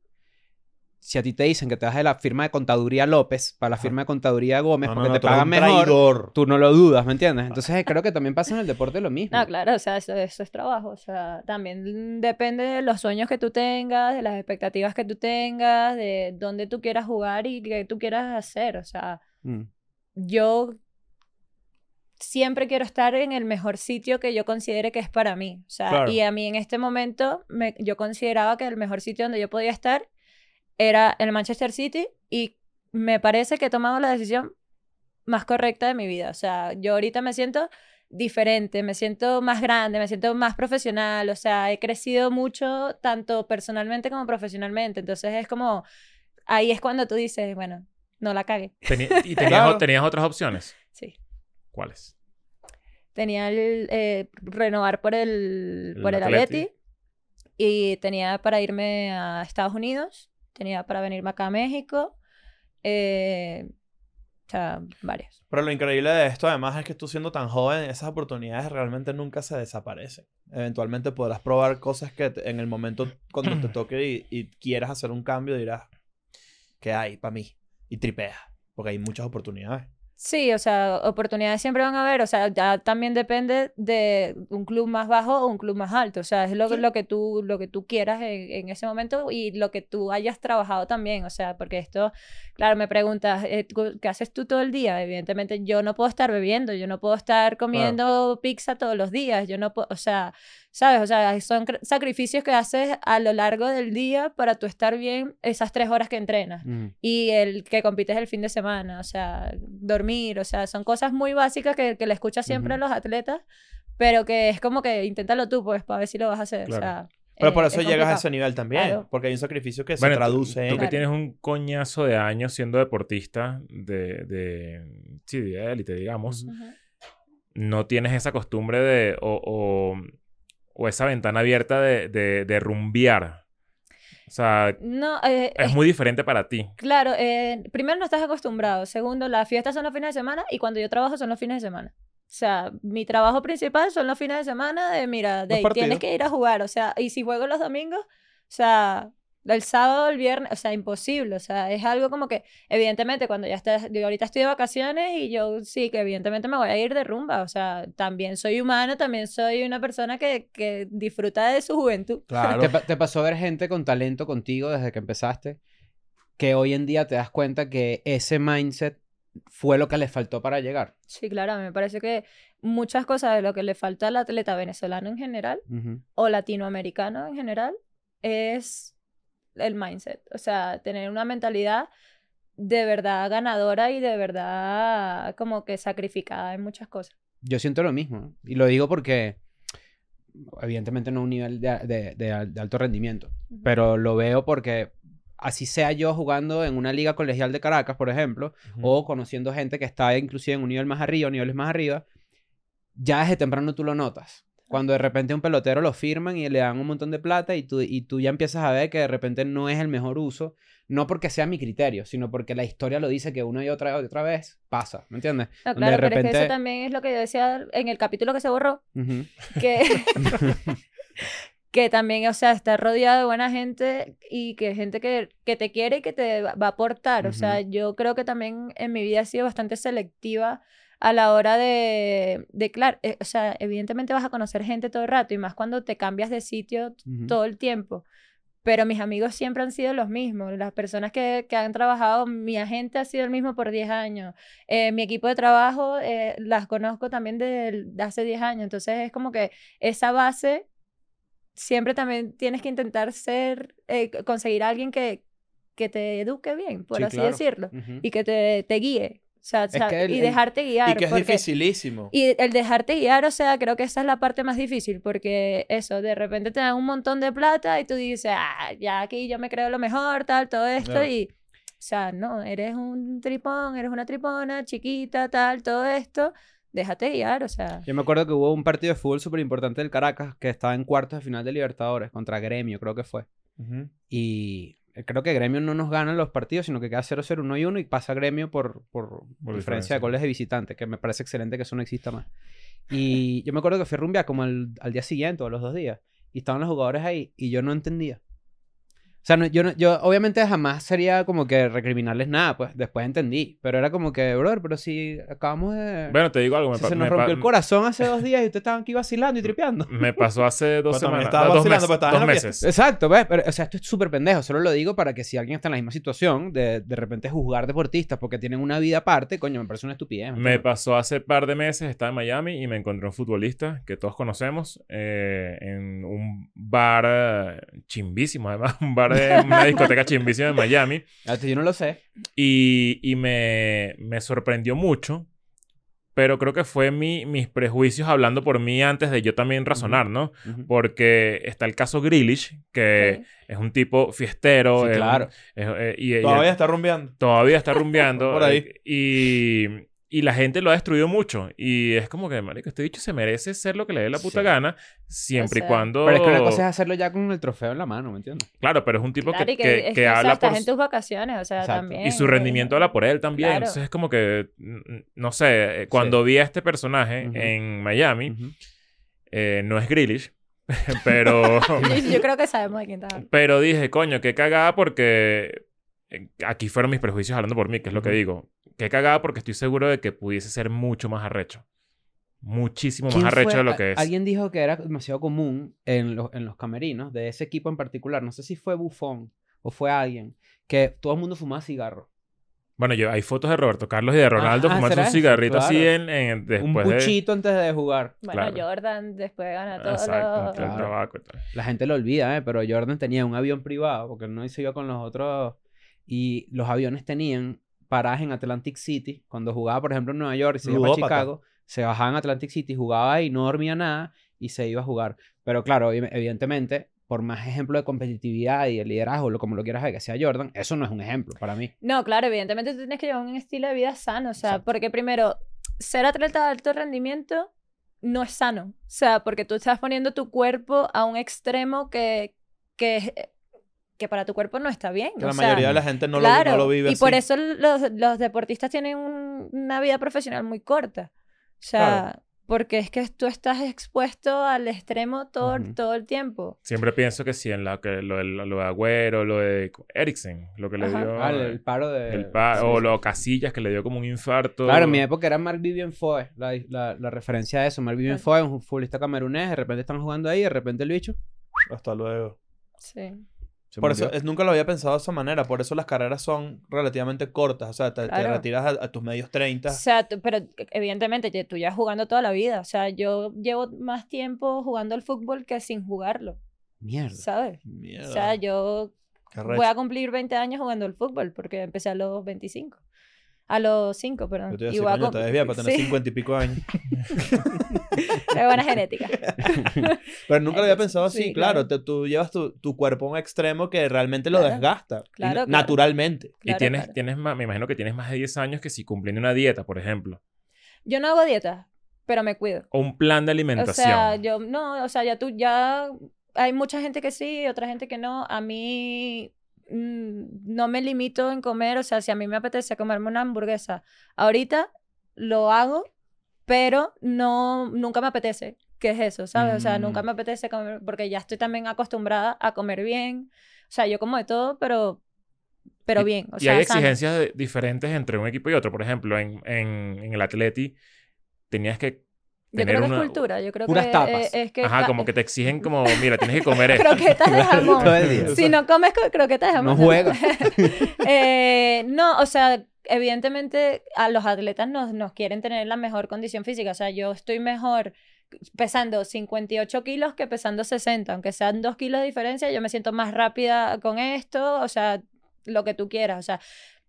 si a ti te dicen que te vas de la firma de contaduría López para la Ajá. firma de contaduría Gómez No, no, porque no, te tú eres pagan un Ah. mejor, traidor. tú no lo dudas, ¿me entiendes? Entonces eh, creo que también pasa en el deporte lo mismo. No, claro, o sea, eso, eso es trabajo. O sea, también depende de los sueños que tú tengas, de las expectativas que tú tengas, de dónde tú quieras jugar y qué tú quieras hacer. O sea, Mm. yo siempre quiero estar en el mejor sitio que yo considere que es para mí. O sea, Claro. y a mí en este momento me- yo consideraba que el mejor sitio donde yo podía estar era el Manchester City y me parece que he tomado la decisión más correcta de mi vida. O sea, yo ahorita me siento diferente, me siento más grande, me siento más profesional, o sea, he crecido mucho tanto personalmente como profesionalmente. Entonces es como, ahí es cuando tú dices, bueno, no la cague. Teni- ¿Y tenías, Claro. tenías otras opciones? Sí. ¿Cuáles? tenía el eh, renovar por el, El por el Atleti. Atleti y tenía para irme a Estados Unidos, tenía para venirme acá a México, eh, o sea, varios. Pero lo increíble de esto, además, es que tú siendo tan joven, esas oportunidades realmente nunca se desaparecen. Eventualmente podrás probar cosas que te- en el momento cuando te toque y, y quieras hacer un cambio, dirás, ¿qué hay para mí? Y tripeas, porque hay muchas oportunidades. Sí, o sea, oportunidades siempre van a haber, o sea, ya también depende de un club más bajo o un club más alto, o sea, es lo, lo que tú lo que tú quieras en, en ese momento y lo que tú hayas trabajado también, o sea, porque esto, claro, me preguntas, eh, cu- ¿qué haces tú todo el día? Evidentemente yo no puedo estar bebiendo, yo no puedo estar comiendo pizza todos los días, yo no puedo, o sea, ¿sabes? O sea, son cr- sacrificios que haces a lo largo del día para tú estar bien esas tres horas que entrenas Mm. y el que compites el fin de semana, o sea, dormir, o sea, son cosas muy básicas que, que le escuchas siempre Ujú. a los atletas, pero que es como que inténtalo tú, pues, para ver si lo vas a hacer. Claro. O sea, Pero eh, por eso es llegas a complicado. ese nivel también, Claro. porque hay un sacrificio que Bueno, se traduce Tú en... que Claro. tienes un coñazo de años siendo deportista de, de, sí, de élite, digamos. Ujú. no tienes esa costumbre de. o, o- o esa ventana abierta de, de, de rumbear. O sea, No, eh, es es- muy diferente para ti. claro, eh, primero no estás acostumbrado, segundo, las fiestas son los fines de semana y cuando yo trabajo son los fines de semana. O sea, mi trabajo principal son los fines de semana de, mira, de, partidos. tienes que ir a jugar, o sea, y si juego los domingos, o sea, el sábado, el viernes, o sea, imposible, o sea, es algo como que, evidentemente, cuando ya estás, yo ahorita estoy de vacaciones y yo sí que evidentemente me voy a ir de rumba, o sea, también soy humana, también soy una persona que, que disfruta de su juventud. Claro. ¿Te, pa- te pasó ver gente con talento contigo desde que empezaste? Que hoy en día te das cuenta que ese mindset fue lo que les faltó para llegar. Sí, claro, a mí me parece que muchas cosas de lo que le falta al atleta venezolano en general Ujú. o latinoamericano en general es el mindset, o sea, tener una mentalidad de verdad ganadora y de verdad como que sacrificada en muchas cosas. Yo siento lo mismo. ¿no? Y lo digo porque, evidentemente, no a un nivel de, de- de al- de alto rendimiento. Ujú. Pero lo veo porque, así sea yo jugando en una liga colegial de Caracas, por ejemplo, o conociendo gente que está inclusive en un nivel más arriba, o niveles más arriba, ya desde temprano tú lo notas. Cuando de repente un pelotero lo firman y le dan un montón de plata y tú, y tú ya empiezas a ver que de repente no es el mejor uso, no porque sea mi criterio, sino porque la historia lo dice que una y otra y otra vez pasa, ¿me entiendes? No, Donde de claro, pero es que repente- eso también es lo que yo decía en el capítulo que se borró, Ujú. que, que también, o sea, estar rodeado de buena gente y que gente que, que te quiere y que te va va a aportar. O sea, yo creo que también en mi vida he sido bastante selectiva a la hora de, de claro, eh, o sea, evidentemente vas a conocer gente todo el rato y más cuando te cambias de sitio Ujú. todo el tiempo. Pero mis amigos siempre han sido los mismos. Las personas que, que han trabajado, mi agente ha sido el mismo por 10 años. Eh, mi equipo de trabajo eh, las conozco también desde de hace 10 años. Entonces es como que esa base siempre también tienes que intentar ser, eh, c- conseguir a alguien que, que te eduque bien, por Sí, así claro. decirlo, Ujú. y que te, te guíe. O sea, Es sa- que el- y el- dejarte guiar. Y que es porque- dificilísimo. y el dejarte guiar, o sea, creo que esa es la parte más difícil, porque eso, de repente te dan un montón de plata y tú dices, ah, ya aquí yo me creo lo mejor, tal, todo esto, Claro. y, o sea, no, eres un tripón, eres una tripona, chiquita, tal, todo esto, déjate guiar, o sea. Yo me acuerdo que hubo un partido de fútbol súper importante del Caracas que estaba en cuartos de final de Libertadores contra Gremio, creo que fue. Ujú. Y eh, creo que Gremio no nos gana los partidos, sino que queda 0-0, 1-1 y pasa Gremio por, por, diferencia, diferencia. de goles de visitante, que me parece excelente que eso no exista más. Y yo me acuerdo que fui a rumbear como al, al día siguiente o a los dos días y estaban los jugadores ahí y yo no entendía. O sea, no- yo, no- yo obviamente jamás sería como que recriminarles nada, pues después entendí. Pero era como que, brother, pero si acabamos de... Bueno, te digo algo. Me, si pa- se me nos pa- rompió el corazón hace dos días y ustedes estaban aquí vacilando y tripeando. Me pasó hace dos Pues también semanas. estaba vacilando, dos meses. pues estaba en dos la fiesta. meses. Exacto, ¿ves? Pero, o sea, esto es súper pendejo. Solo lo digo para que si alguien está en la misma situación, de, de repente juzgar deportistas porque tienen una vida aparte, coño, me parece una estupidez. Me parece pasó hace par de meses, estaba en Miami y me encontré un futbolista que todos conocemos eh, en un bar eh, chimbísimo, además, un bar de una discoteca chimbísima en Miami. yo no lo sé. Y, y me, me sorprendió mucho, pero creo que fue mi, mis prejuicios hablando por mí antes de yo también razonar, ¿no? Ujú. Porque está el caso Grealish, que Ok. es un tipo fiestero. Sí, es un- claro. es- eh, y- y- Todavía está rumbeando. todavía está rumbeando. Por ahí. eh, Y, y la gente lo ha destruido mucho. Y es como que, marico, este bicho se merece ser lo que le dé la puta Sí. gana. O Siempre sea. y cuando... Pero es que una cosa es hacerlo ya con el trofeo en la mano, ¿me entiendes? Claro, pero es un tipo Claro, que, y que, que- es que que, o sea, habla estás por... en tus vacaciones, o sea, Exacto. también. eh, Y su rendimiento habla por él también. Claro. Entonces es como que, mm, no sé, eh, cuando vi a este personaje Ujú. en Miami, Ujú. eh, no es Grealish, pero... Yo creo que sabemos de quién está. Pero dije, coño, qué cagada porque... eh, Aquí fueron mis prejuicios hablando por mí, que es lo que Ujú. digo. Qué cagada porque estoy seguro de que pudiese ser mucho más arrecho. Muchísimo más ¿Quién arrecho fue? de lo A- que es. Alguien dijo que era demasiado común en los, en los camerinos de ese equipo en particular. No sé si fue Bufón o fue alguien que todo el mundo fumaba cigarro. Bueno, yo, hay fotos de Roberto Carlos y de Ronaldo Ajá, fumando ¿será un eso? cigarrito así Claro. en, en- un después de... buchito antes Pues de jugar. Bueno, Claro. Jordan después gana todo. Exacto, lo- entre el Claro. tabaco y tal. La gente lo olvida, ¿eh? pero Jordan tenía un avión privado porque él no se iba con los otros. Y los aviones tenían paradas en Atlantic City. Cuando jugaba, por ejemplo, en Nueva York y se iba a Ludópata. Chicago, se bajaba en Atlantic City, jugaba ahí, no dormía nada y se iba a jugar. Pero claro, ev- evidentemente, por más ejemplo de competitividad y de liderazgo, lo- como lo quieras ver, que sea Jordan, eso no es un ejemplo para mí. No, claro, evidentemente tú tienes que llevar un estilo de vida sano, o sea, Exacto. porque primero, ser atleta de alto rendimiento no es sano, o sea, porque tú estás poniendo tu cuerpo a un extremo que, que, eh, que para tu cuerpo no está bien. Que o la sea, mayoría de la gente no, lo- claro, no lo, vive y así. por eso los, los deportistas tienen un- una vida profesional muy corta, o sea, Claro. porque es que tú estás expuesto al extremo todo, Ujú. todo el tiempo. Siempre pienso que sí, en la, que lo, del- lo de Agüero, lo de Eriksen, lo que le Ajá. dio... Ah, el, el paro de... eh, el pa- sí, o sí. lo Casillas, que le dio como un infarto. Claro, en mi época era Mark Vivian Foe, la, la- la referencia a eso. Mark Vivian Foe es un futbolista camerunés, de repente están jugando ahí, de repente el bicho... Hasta luego. Sí. se Por eso murió. es- nunca lo había pensado de esa manera. Por eso las carreras son relativamente cortas. O sea, te, te Claro. retiras a, a tus medios 30. O sea, tú- pero evidentemente ya- tú ya jugando toda la vida. O sea, yo llevo más tiempo jugando al fútbol que sin jugarlo, Mierda. ¿sabes? Mierda. O sea, yo qué voy a cumplir 20 años jugando al fútbol porque empecé a los 25. A los 5, perdón. Yo Y te iba a decir, voy a coño, cum- te ves bien para tener Sí, 50 y pico años. es buena genética. Pero nunca lo había Entonces, pensado así, sí, claro. claro. te- tú llevas tu, tu cuerpo a un extremo que realmente lo Claro. desgasta. y Claro, na- claro. Naturalmente. Y Claro, tienes, claro. tienes más, me imagino que tienes más de 10 años que si cumpliendo una dieta, por ejemplo. Yo no hago dieta, pero me cuido. O un plan de O alimentación. sea, yo no, o sea, ya tú ya hay mucha gente que sí, otra gente que no. A mí mm, no me limito en comer, o sea, si a mí me apetece comerme una hamburguesa, ahorita lo hago, pero no nunca me apetece. qué es eso, ¿sabes? O sea, Mm. nunca me apetece comer, porque ya estoy también acostumbrada a comer bien. O sea, yo como de todo, pero, pero Y- bien. O y sea, hay sano. exigencias de- diferentes entre un equipo y otro. Por ejemplo, en, en, en el Atleti tenías que Yo tener creo que una... es cultura, yo creo Puras que tapas. eh, es que... Ajá, ca- como que te exigen como, mira, tienes que comer esto. Croquetas de jamón. Todo el día. Si no comes co- croquetas de jamón. No juegas. Eh, no, o sea, evidentemente a los atletas nos, nos quieren tener la mejor condición física. O sea, yo estoy mejor pesando 58 kilos que pesando 60. Aunque sean 2 kilos de diferencia, yo me siento más rápida con esto. O sea, lo que tú quieras. O sea,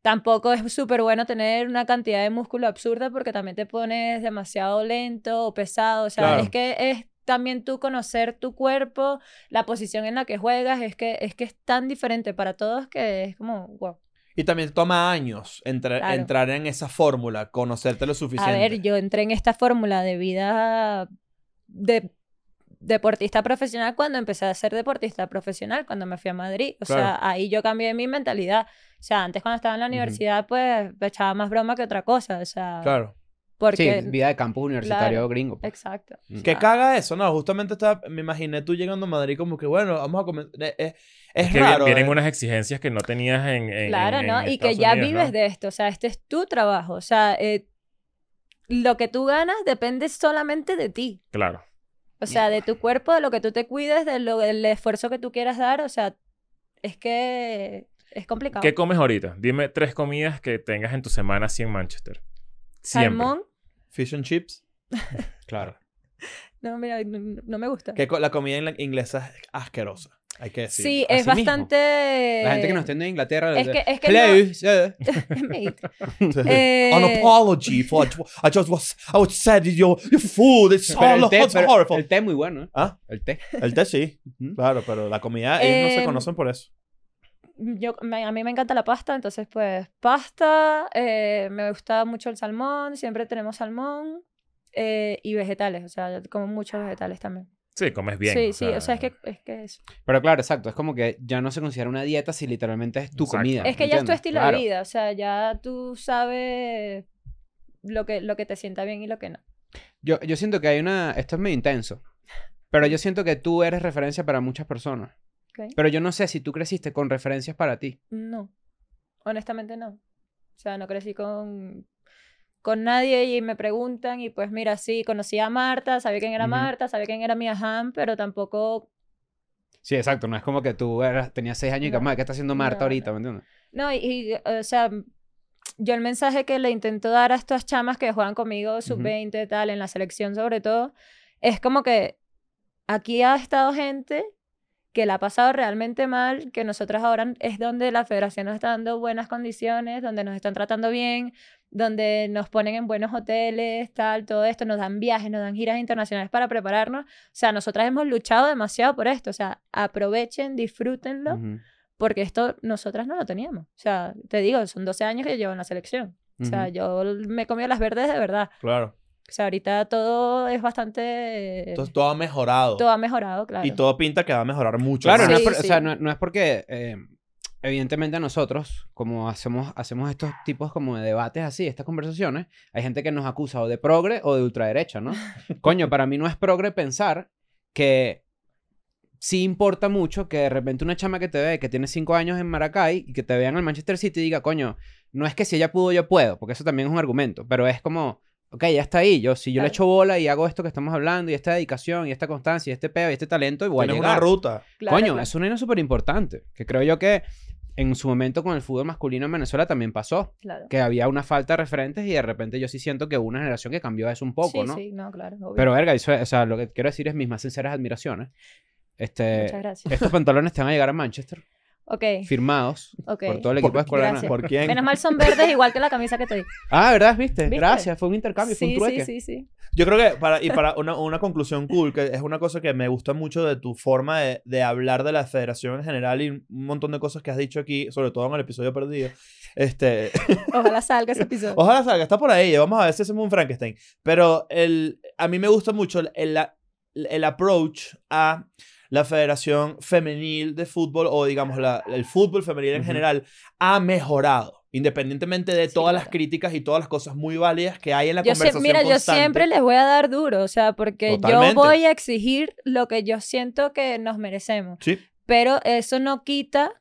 tampoco es súper bueno tener una cantidad de músculo absurda porque también te pones demasiado lento o pesado. O sea, Claro. es que es también tú conocer tu cuerpo, la posición en la que juegas, es que es, que es tan diferente para todos que es como, wow. Y también toma años entrar, Claro. entrar en esa fórmula, conocerte lo suficiente. A ver, yo entré en esta fórmula de vida de deportista profesional cuando empecé a ser deportista profesional, cuando me fui a Madrid. O Claro. sea, ahí yo cambié mi mentalidad. O sea, antes cuando estaba en la universidad, pues echaba más broma que otra cosa. O sea, Claro. porque... Sí, vida de campus universitario Claro. gringo. pues. Exacto. Mm. ¿Qué Ah. caga eso? No, justamente estaba, me imaginé tú llegando a Madrid como que, bueno, vamos a comenzar. Es, es, es que vi- raro. vienen ¿eh? unas exigencias que no tenías en. en- Claro, en ¿no? Y que Estados ya Unidos, vives ¿no? de esto, o sea, este es tu trabajo, o sea, eh, lo que tú ganas depende solamente de ti, Claro. o sea, de tu cuerpo, de lo que tú te cuides, de lo, del esfuerzo que tú quieras dar, o sea, es que es complicado. ¿Qué comes ahorita? Dime tres comidas que tengas en tu semana así en Manchester. Siempre. Salmón, Fish and chips. claro. no, mira, no, no me gusta. Que co- la comida en la- inglesa es asquerosa. Hay que decir. sí, así es mismo. bastante... La gente que nos está en Inglaterra. Es que, es que no... Please, eh. Mate. An Eh, apology for what I just was I was said your, your food it's, Pero all, el, té, it's pero horrible. el té es muy bueno, ¿eh? ¿Ah? El té. El té sí, claro, pero la comida ellos no se Eh, conocen por eso. yo, me- a mí me encanta la pasta, entonces pues pasta, eh, me gusta mucho el salmón, siempre tenemos salmón eh, y vegetales, o sea, yo como muchos vegetales también. Sí, comes bien. sí, sí, o sea, es que es que eso. Pero claro, exacto. Es como que ya no se considera una dieta si literalmente es tu Exacto. comida. Es que ya es tu ¿entiendes? estilo Claro. de vida, o sea, ya tú sabes lo que, lo que te sienta bien y lo que no. Yo, yo siento que hay una... Esto es medio intenso. Pero yo siento que tú eres referencia para muchas personas. ¿ok? Pero yo no sé si tú creciste con referencias para ti. No, honestamente no. O sea, no crecí con, con nadie y me preguntan y pues mira, sí, conocí a Marta, sabía quién era Ujú. Marta, sabía quién era Mia Hamm, pero tampoco Sí, exacto. No es como que tú eras, tenías seis años y que, No. "Madre, ¿qué está haciendo Marta No, ahorita? no. ¿Me entiendes? No, y, y, o sea, yo el mensaje que le intento dar a estas chamas que juegan conmigo, sub-20, tal, en la selección sobre todo, es como que aquí ha estado gente que la ha pasado realmente mal, que nosotras ahora es donde la federación nos está dando buenas condiciones, donde nos están tratando bien, donde nos ponen en buenos hoteles, tal, todo esto, nos dan viajes, nos dan giras internacionales para prepararnos. O sea, nosotras hemos luchado demasiado por esto, o sea, aprovechen, disfrútenlo Ujú, porque esto nosotras no lo teníamos. O sea, te digo, son 12 años que yo llevo en la selección. O sea, ujú. yo me he comido las verdes de verdad. Claro. O sea, ahorita todo es bastante... Entonces todo ha mejorado todo ha mejorado, claro. y todo pinta que va a mejorar mucho. Claro, no, más. es por- Sí, o sea, sí. no, no es porque... eh, evidentemente nosotros, como hacemos, hacemos estos tipos como de debates así, estas conversaciones, hay gente que nos acusa o de progre o de ultraderecha, ¿no? Coño, para mí no es progre pensar que sí importa mucho que de repente una chama que te ve, que tiene cinco años en Maracay y que te vean al Manchester City y diga, coño, no es que si ella pudo, yo puedo, porque eso también es un argumento, pero es como, ok, ya está ahí, yo si yo le Claro. echo bola y hago esto que estamos hablando y esta dedicación y esta constancia y este peo y este talento, y voy a Tienes llegar. una ruta. Claro, Coño, claro. es una vaina súper importante, que creo yo que en su momento con el fútbol masculino en Venezuela también pasó, Claro. que había una falta de referentes y de repente yo sí siento que hubo una generación que cambió eso un poco, sí, ¿no? sí, no, claro. obvio. Pero verga, eso es- o sea, lo que quiero decir es mis más sinceras admiraciones. Muchas Este, gracias. estos pantalones te van a llegar a Manchester, Ok, firmados ok. por todo el equipo de escuela. gracias. ¿Por quién? Menos mal son verdes, igual que la camisa que te di. Ah, ¿verdad? ¿Viste? ¿Viste? Gracias, fue un intercambio, fue un sí, trueque. sí, sí, sí. Yo creo que para, y para una, una conclusión cool, que es una cosa que me gusta mucho de tu forma de, de hablar de la federación en general y un montón de cosas que has dicho aquí, sobre todo en el episodio perdido. Este, Ojalá salga ese episodio. ojalá salga, está por ahí, vamos a ver si hacemos un Frankenstein. Pero el, a mí me gusta mucho el, el, el approach a la federación femenil de fútbol o digamos la- el fútbol femenil en Ujú. general ha mejorado. Independientemente de Sí, todas las claro. críticas y todas las cosas muy válidas que hay en la Yo sie- conversación mira, yo constante. siempre les voy a dar duro, o sea, porque Totalmente. yo voy a exigir lo que yo siento que nos merecemos. Sí. pero eso no quita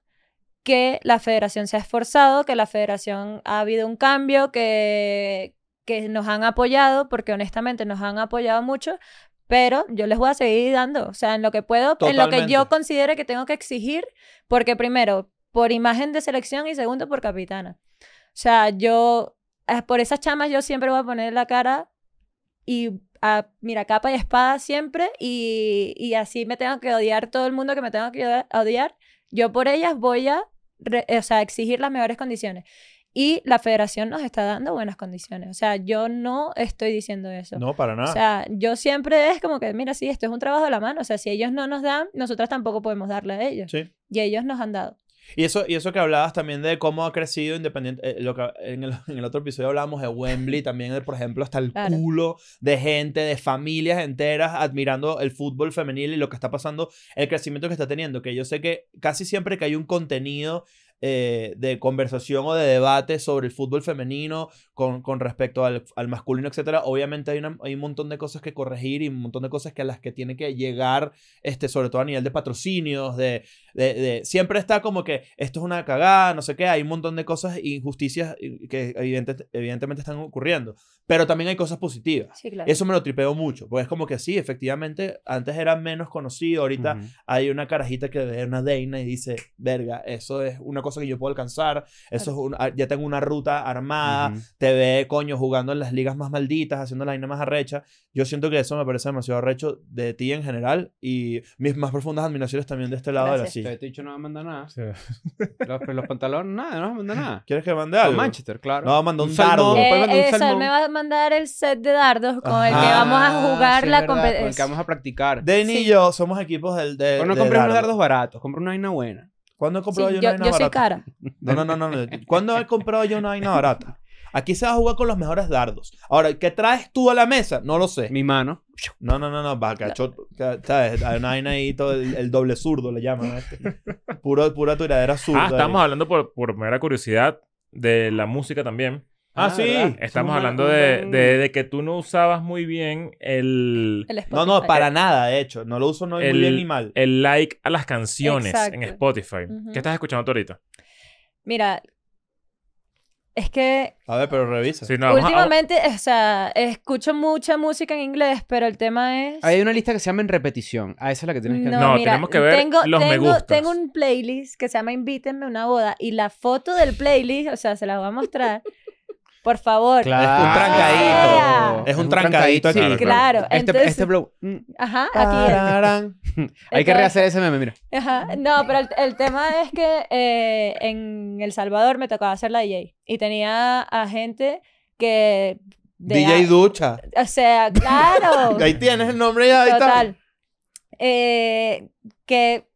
que la federación se ha esforzado, que la federación ha habido un cambio, que, que nos han apoyado, porque honestamente nos han apoyado mucho, pero yo les voy a seguir dando, o sea, en lo que puedo, en lo que Totalmente. yo considere que tengo que exigir, porque primero, por imagen de selección y segundo, por capitana. O sea, yo, eh, por esas chamas yo siempre voy a poner la cara y a, mira, capa y espada siempre y, y así me tengo que odiar todo el mundo que me tengo que odia- odiar. Yo por ellas voy a, re- eh, o sea, exigir las mejores condiciones. Y la federación nos está dando buenas condiciones. O sea, yo no estoy diciendo eso. No, para nada. O sea, yo siempre es como que, mira, sí, esto es un trabajo de la mano. O sea, si ellos no nos dan, nosotras tampoco podemos darle a ellos. sí. Y ellos nos han dado. Y eso, y eso que hablabas también de cómo ha crecido independiente. eh, lo que, en, el, en el otro episodio hablábamos de Wembley, también, de, por ejemplo, hasta el Claro. culo de gente, de familias enteras admirando el fútbol femenil y lo que está pasando, el crecimiento que está teniendo. Que yo sé que casi siempre que hay un contenido eh, de conversación o de debate sobre el fútbol femenino con, con respecto al, al masculino, etcétera, obviamente hay, una- hay un montón de cosas que corregir y un montón de cosas que a las que tiene que llegar, este, sobre todo a nivel de patrocinios, de, de, de- siempre está como que esto es una cagada, no sé qué, hay un montón de cosas, injusticias eh, que evidente- evidentemente están ocurriendo, pero también hay cosas positivas. Sí, claro. Eso me lo tripeo mucho, porque es como que sí, efectivamente, antes era menos conocido, ahorita Ujú. hay una carajita que ve una Deina y dice, verga, eso es una cosa que yo puedo alcanzar, eso es un- ah, ya tengo una ruta armada, Ujú. te ve, coño, jugando en las ligas más malditas, haciendo la vaina más arrecha. Yo siento que eso me parece demasiado arrecho de ti en general y mis más profundas admiraciones también de este lado Gracias. de la Te silla. he dicho no me manda nada. Sí. Los, los pantalones, nada, no me manda nada. ¿Quieres que mande Con algo? Manchester, claro. No, manda un salmón, dardo. puedes Eh, mandar un eso, él salmón. me va a mandar el set de dardos con el que Ajá. vamos a jugar Ah, sí, es la verdad, con el que competencia. vamos a practicar. Dani y Sí. yo somos equipos del. De, o no de compres dardo. unos dardos baratos, compra una vaina buena. ¿Cuándo he comprado Sí, yo una yo, vaina yo soy barata? cara. No, no, no, no, no. ¿Cuándo he comprado yo una vaina barata? Aquí se va a jugar con los mejores dardos. Ahora, ¿qué traes tú a la mesa? No lo sé. Mi mano. No, no, no, no. Va, cacho, ca- ¿sabes? Hay una vaina ahí, todo el, el doble zurdo le llaman. este. Puro, pura tiradera zurda. Ah, ahí. estamos hablando por, por mera curiosidad de la música también. Ah, sí. ¿verdad? Estamos Somos hablando una- de, un- de- de que tú no usabas muy bien el, El No, no, Spotify. para nada, de hecho. No lo uso no, muy El- bien ni mal. el like a las canciones en Exacto. Spotify. Ujú. ¿Qué estás escuchando tú ahorita? Mira, es que A ver, pero revisa. Sí, no, vamos a- últimamente, o sea, escucho mucha música en inglés, pero el tema es... Hay una lista que se llama en repetición. Ah, esa es la que tienes que No, tenemos que ver los me tengo, gustas. tengo un playlist que se llama Invítenme a una boda y la foto del playlist, o sea, se la voy a mostrar. Por favor. Es un trancadito. Ah. Es un trancadito aquí. sí, Claro, Este, entonces- este blow. Mm. Ajá, aquí. Tararán. Hay que Entonces- rehacer ese meme, mira. Ajá. No, pero el, el tema es que eh, en El Salvador me tocaba hacer la DJ y tenía a gente que... de- DJ Ducha. O sea, claro. Ahí tienes el nombre ya. Ahí está. Total. Eh, que,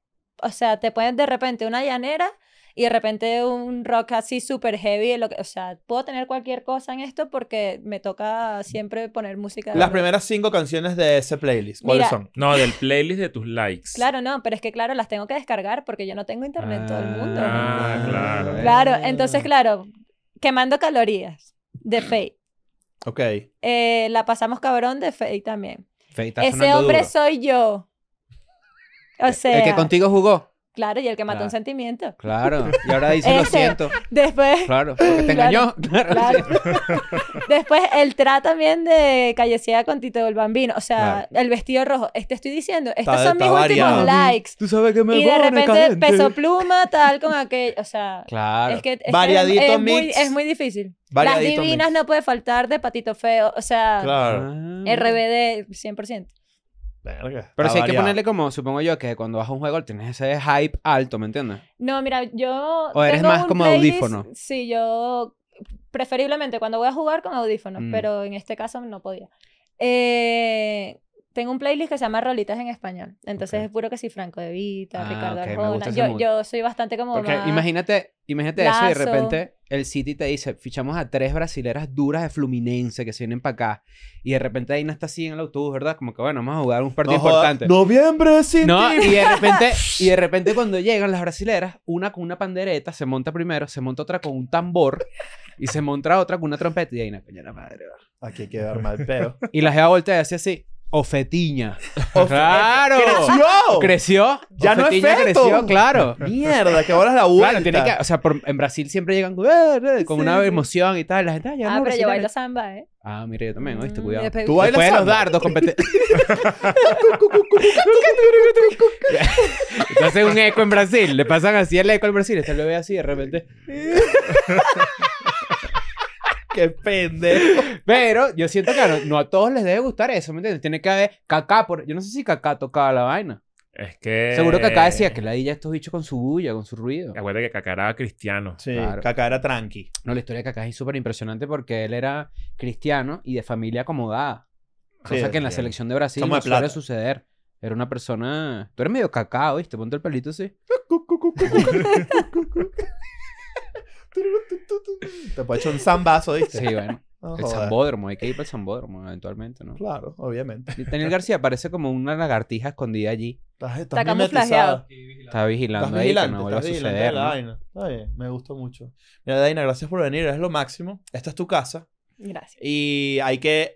o sea, te ponen de repente una llanera y de repente un rock así super heavy. Lo que, o sea, puedo tener cualquier cosa en esto porque me toca siempre poner música. de Las rock. primeras cinco canciones de ese playlist, ¿cuáles Mira, son? No, del playlist de tus likes. Claro, no, pero es que claro, las tengo que descargar porque yo no tengo internet en todo el mundo. Ah, claro. Claro, entonces, claro, quemando calorías de Fate. Ok. Eh, la pasamos cabrón de Fate también. Fe, está Ese sonando hombre duro. soy yo. O sea, El que contigo jugó. claro, y el que mató Claro. un sentimiento. Claro. Y ahora dice lo Ese. siento. Después, Claro. Porque te Claro, engañó. Claro. claro. Después el tra también de Callecida con Tito el Bambino. O sea, el vestido rojo. Este estoy diciendo, estos Está- son mis está variado. últimos likes. Tú sabes que Y de repente peso pluma, tal, con aquello. O sea, Claro. es que, es, que Variadito es muy, mix. es muy difícil. Variadito Las divinas mix. no puede faltar de Patito Feo. O sea, Ah. Claro. RBD 100%. Verga, Pero está sí hay que variado. ponerle como, supongo yo, que cuando vas a un juego tienes ese hype alto, ¿me entiendes? No, mira, yo. O eres tengo más un como playlist- audífono. Sí, yo. Preferiblemente cuando voy a jugar con audífonos, Mm. pero en este caso no podía. Eh, tengo un playlist que se llama Rolitas en Español. Entonces Ok. es puro que sí, Franco de Vita, Ah, Ricardo ok, me gusta Arjona. ese Yo, mood. yo soy bastante como Porque más- imagínate, imagínate eso y de Lazo. repente el City te dice, fichamos a tres brasileras duras de Fluminense que se vienen para acá. Y de repente Aina está así en el autobús, ¿verdad? Como que bueno, vamos a jugar un partido No joda, importante. Noviembre sin No, ti. y de repente, y de repente cuando llegan las brasileras, una con una pandereta se monta primero, se monta otra con un tambor y se monta otra con una trompeta y ahí, "No, coño, la madre. va". Aquí hay que armar el peo. Y la jeva voltea y hace así, ofetiña. Of- Claro. ¡Creció! Creció, Ya no es Ofetiña feto. creció, claro. Mierda, que ahora es la vuelta. Claro, tiene que, o sea, por- en Brasil siempre llegan "Ah, ah", con una emoción y tal, la gente, ah, ya Ah, no, pero yo bailo brasileños". samba, ¿eh? Ah, mira, yo también, oíste, Mm, cuidado. después- Tú bailas Después de los samba. dardos compete- Entonces un eco en Brasil. Le pasan así el eco en Brasil. Este lo ve así de repente. ¡Qué pendejo! Pero yo siento que no, no a todos les debe gustar eso, ¿me entiendes? Tiene que haber Kaká. Por... Yo no sé si Kaká tocaba la vaina. Es que... Seguro que Kaká decía que la dilla estos bichos con su bulla, con su ruido. Acuérdate que cacaraba cristiano. Sí, Claro. Caca era tranqui. No, la historia de Kaká es súper impresionante porque él era cristiano y de familia acomodada. Sí, Cosa que en la entiendo. selección de Brasil Somos no de plata. suele suceder. Era una persona... Tú eres medio Kaká, ¿oíste? Ponte el pelito así. Te puedes echar un zambazo, ¿viste? Sí, bueno. No El jodas. Zambódromo. Hay que ir para el Zambódromo eventualmente, ¿no? Claro, obviamente. Daniel García parece como una lagartija escondida allí. Estás, estás Está mimetizado. camuflajeado. Está vigilando Estás ahí vigilante, que no vuelva a estás vigilante suceder. de la ¿no? vaina. Está bien, me gustó mucho. Mira, Daina, gracias por venir, es lo máximo. Esta es tu casa Gracias. y hay que...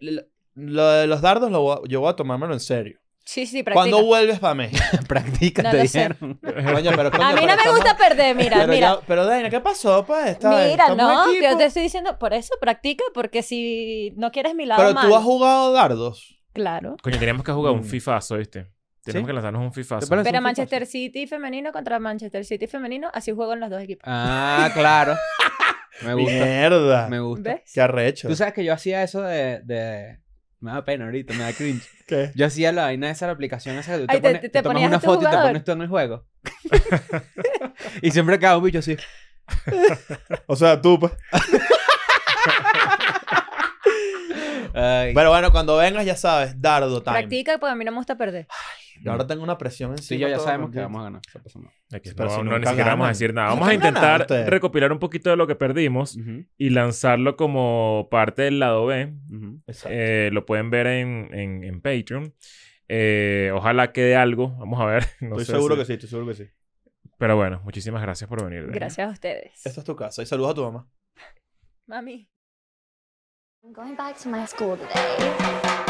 Lo de los dardos lo voy a- yo voy a tomármelo en serio. Sí, sí, practica. ¿Cuándo vuelves para México? Practica, No te lo sé. dijeron. Coño, pero coño, A mí no pero me estamos- gusta perder, mira, pero mira. ya- pero Daina, ¿qué pasó? Pues, Esta vez? Mira, Estamos no, aquí, yo te pues. estoy diciendo, por eso practica, porque si no quieres mi lado Pero tú malo- has jugado dardos. Claro. Coño, teníamos que jugar un Mm. fifazo, ¿viste? Tenemos ¿Sí? que lanzarnos un fifazo. ¿Te parece? Pero un Manchester City femenino contra Manchester City femenino, así juego en los dos equipos. Ah, claro. Me gusta. Mierda. Me gusta. ¿Ves? Qué arrecho. Tú sabes que yo hacía eso de, de- Me da pena ahorita, me da cringe. ¿Qué? Yo hacía la vaina esa, la aplicación esa que tú te, Ay, te- pones, te- te te tomas ponías una a tu foto y te jugador. pones tú en el juego. y siempre cago un bicho así. O sea, tú, pues. Ay, Pero bueno, cuando vengas ya sabes, dardo time. Practica, pues a mí no me gusta perder. Y ahora tengo una presión encima. tú y yo ya todo sabemos que contento. vamos a ganar. Eso pasa nada. Aquí Pero no, si no nunca ni siquiera vamos ganan. a decir nada. Nunca Vamos a han ganado intentar ustedes. recopilar un poquito de lo que perdimos Ujú, y lanzarlo como parte del lado B. ujú. Exacto. Eh, lo pueden ver en, en, en Patreon. Eh, ojalá quede algo. Vamos a ver. No estoy sé seguro si- que sí, estoy seguro que sí. Pero bueno, muchísimas gracias por venir. Dani. Gracias a ustedes. Esta es tu casa. Y saludos a tu mamá. Mami. I'm going back to my school today.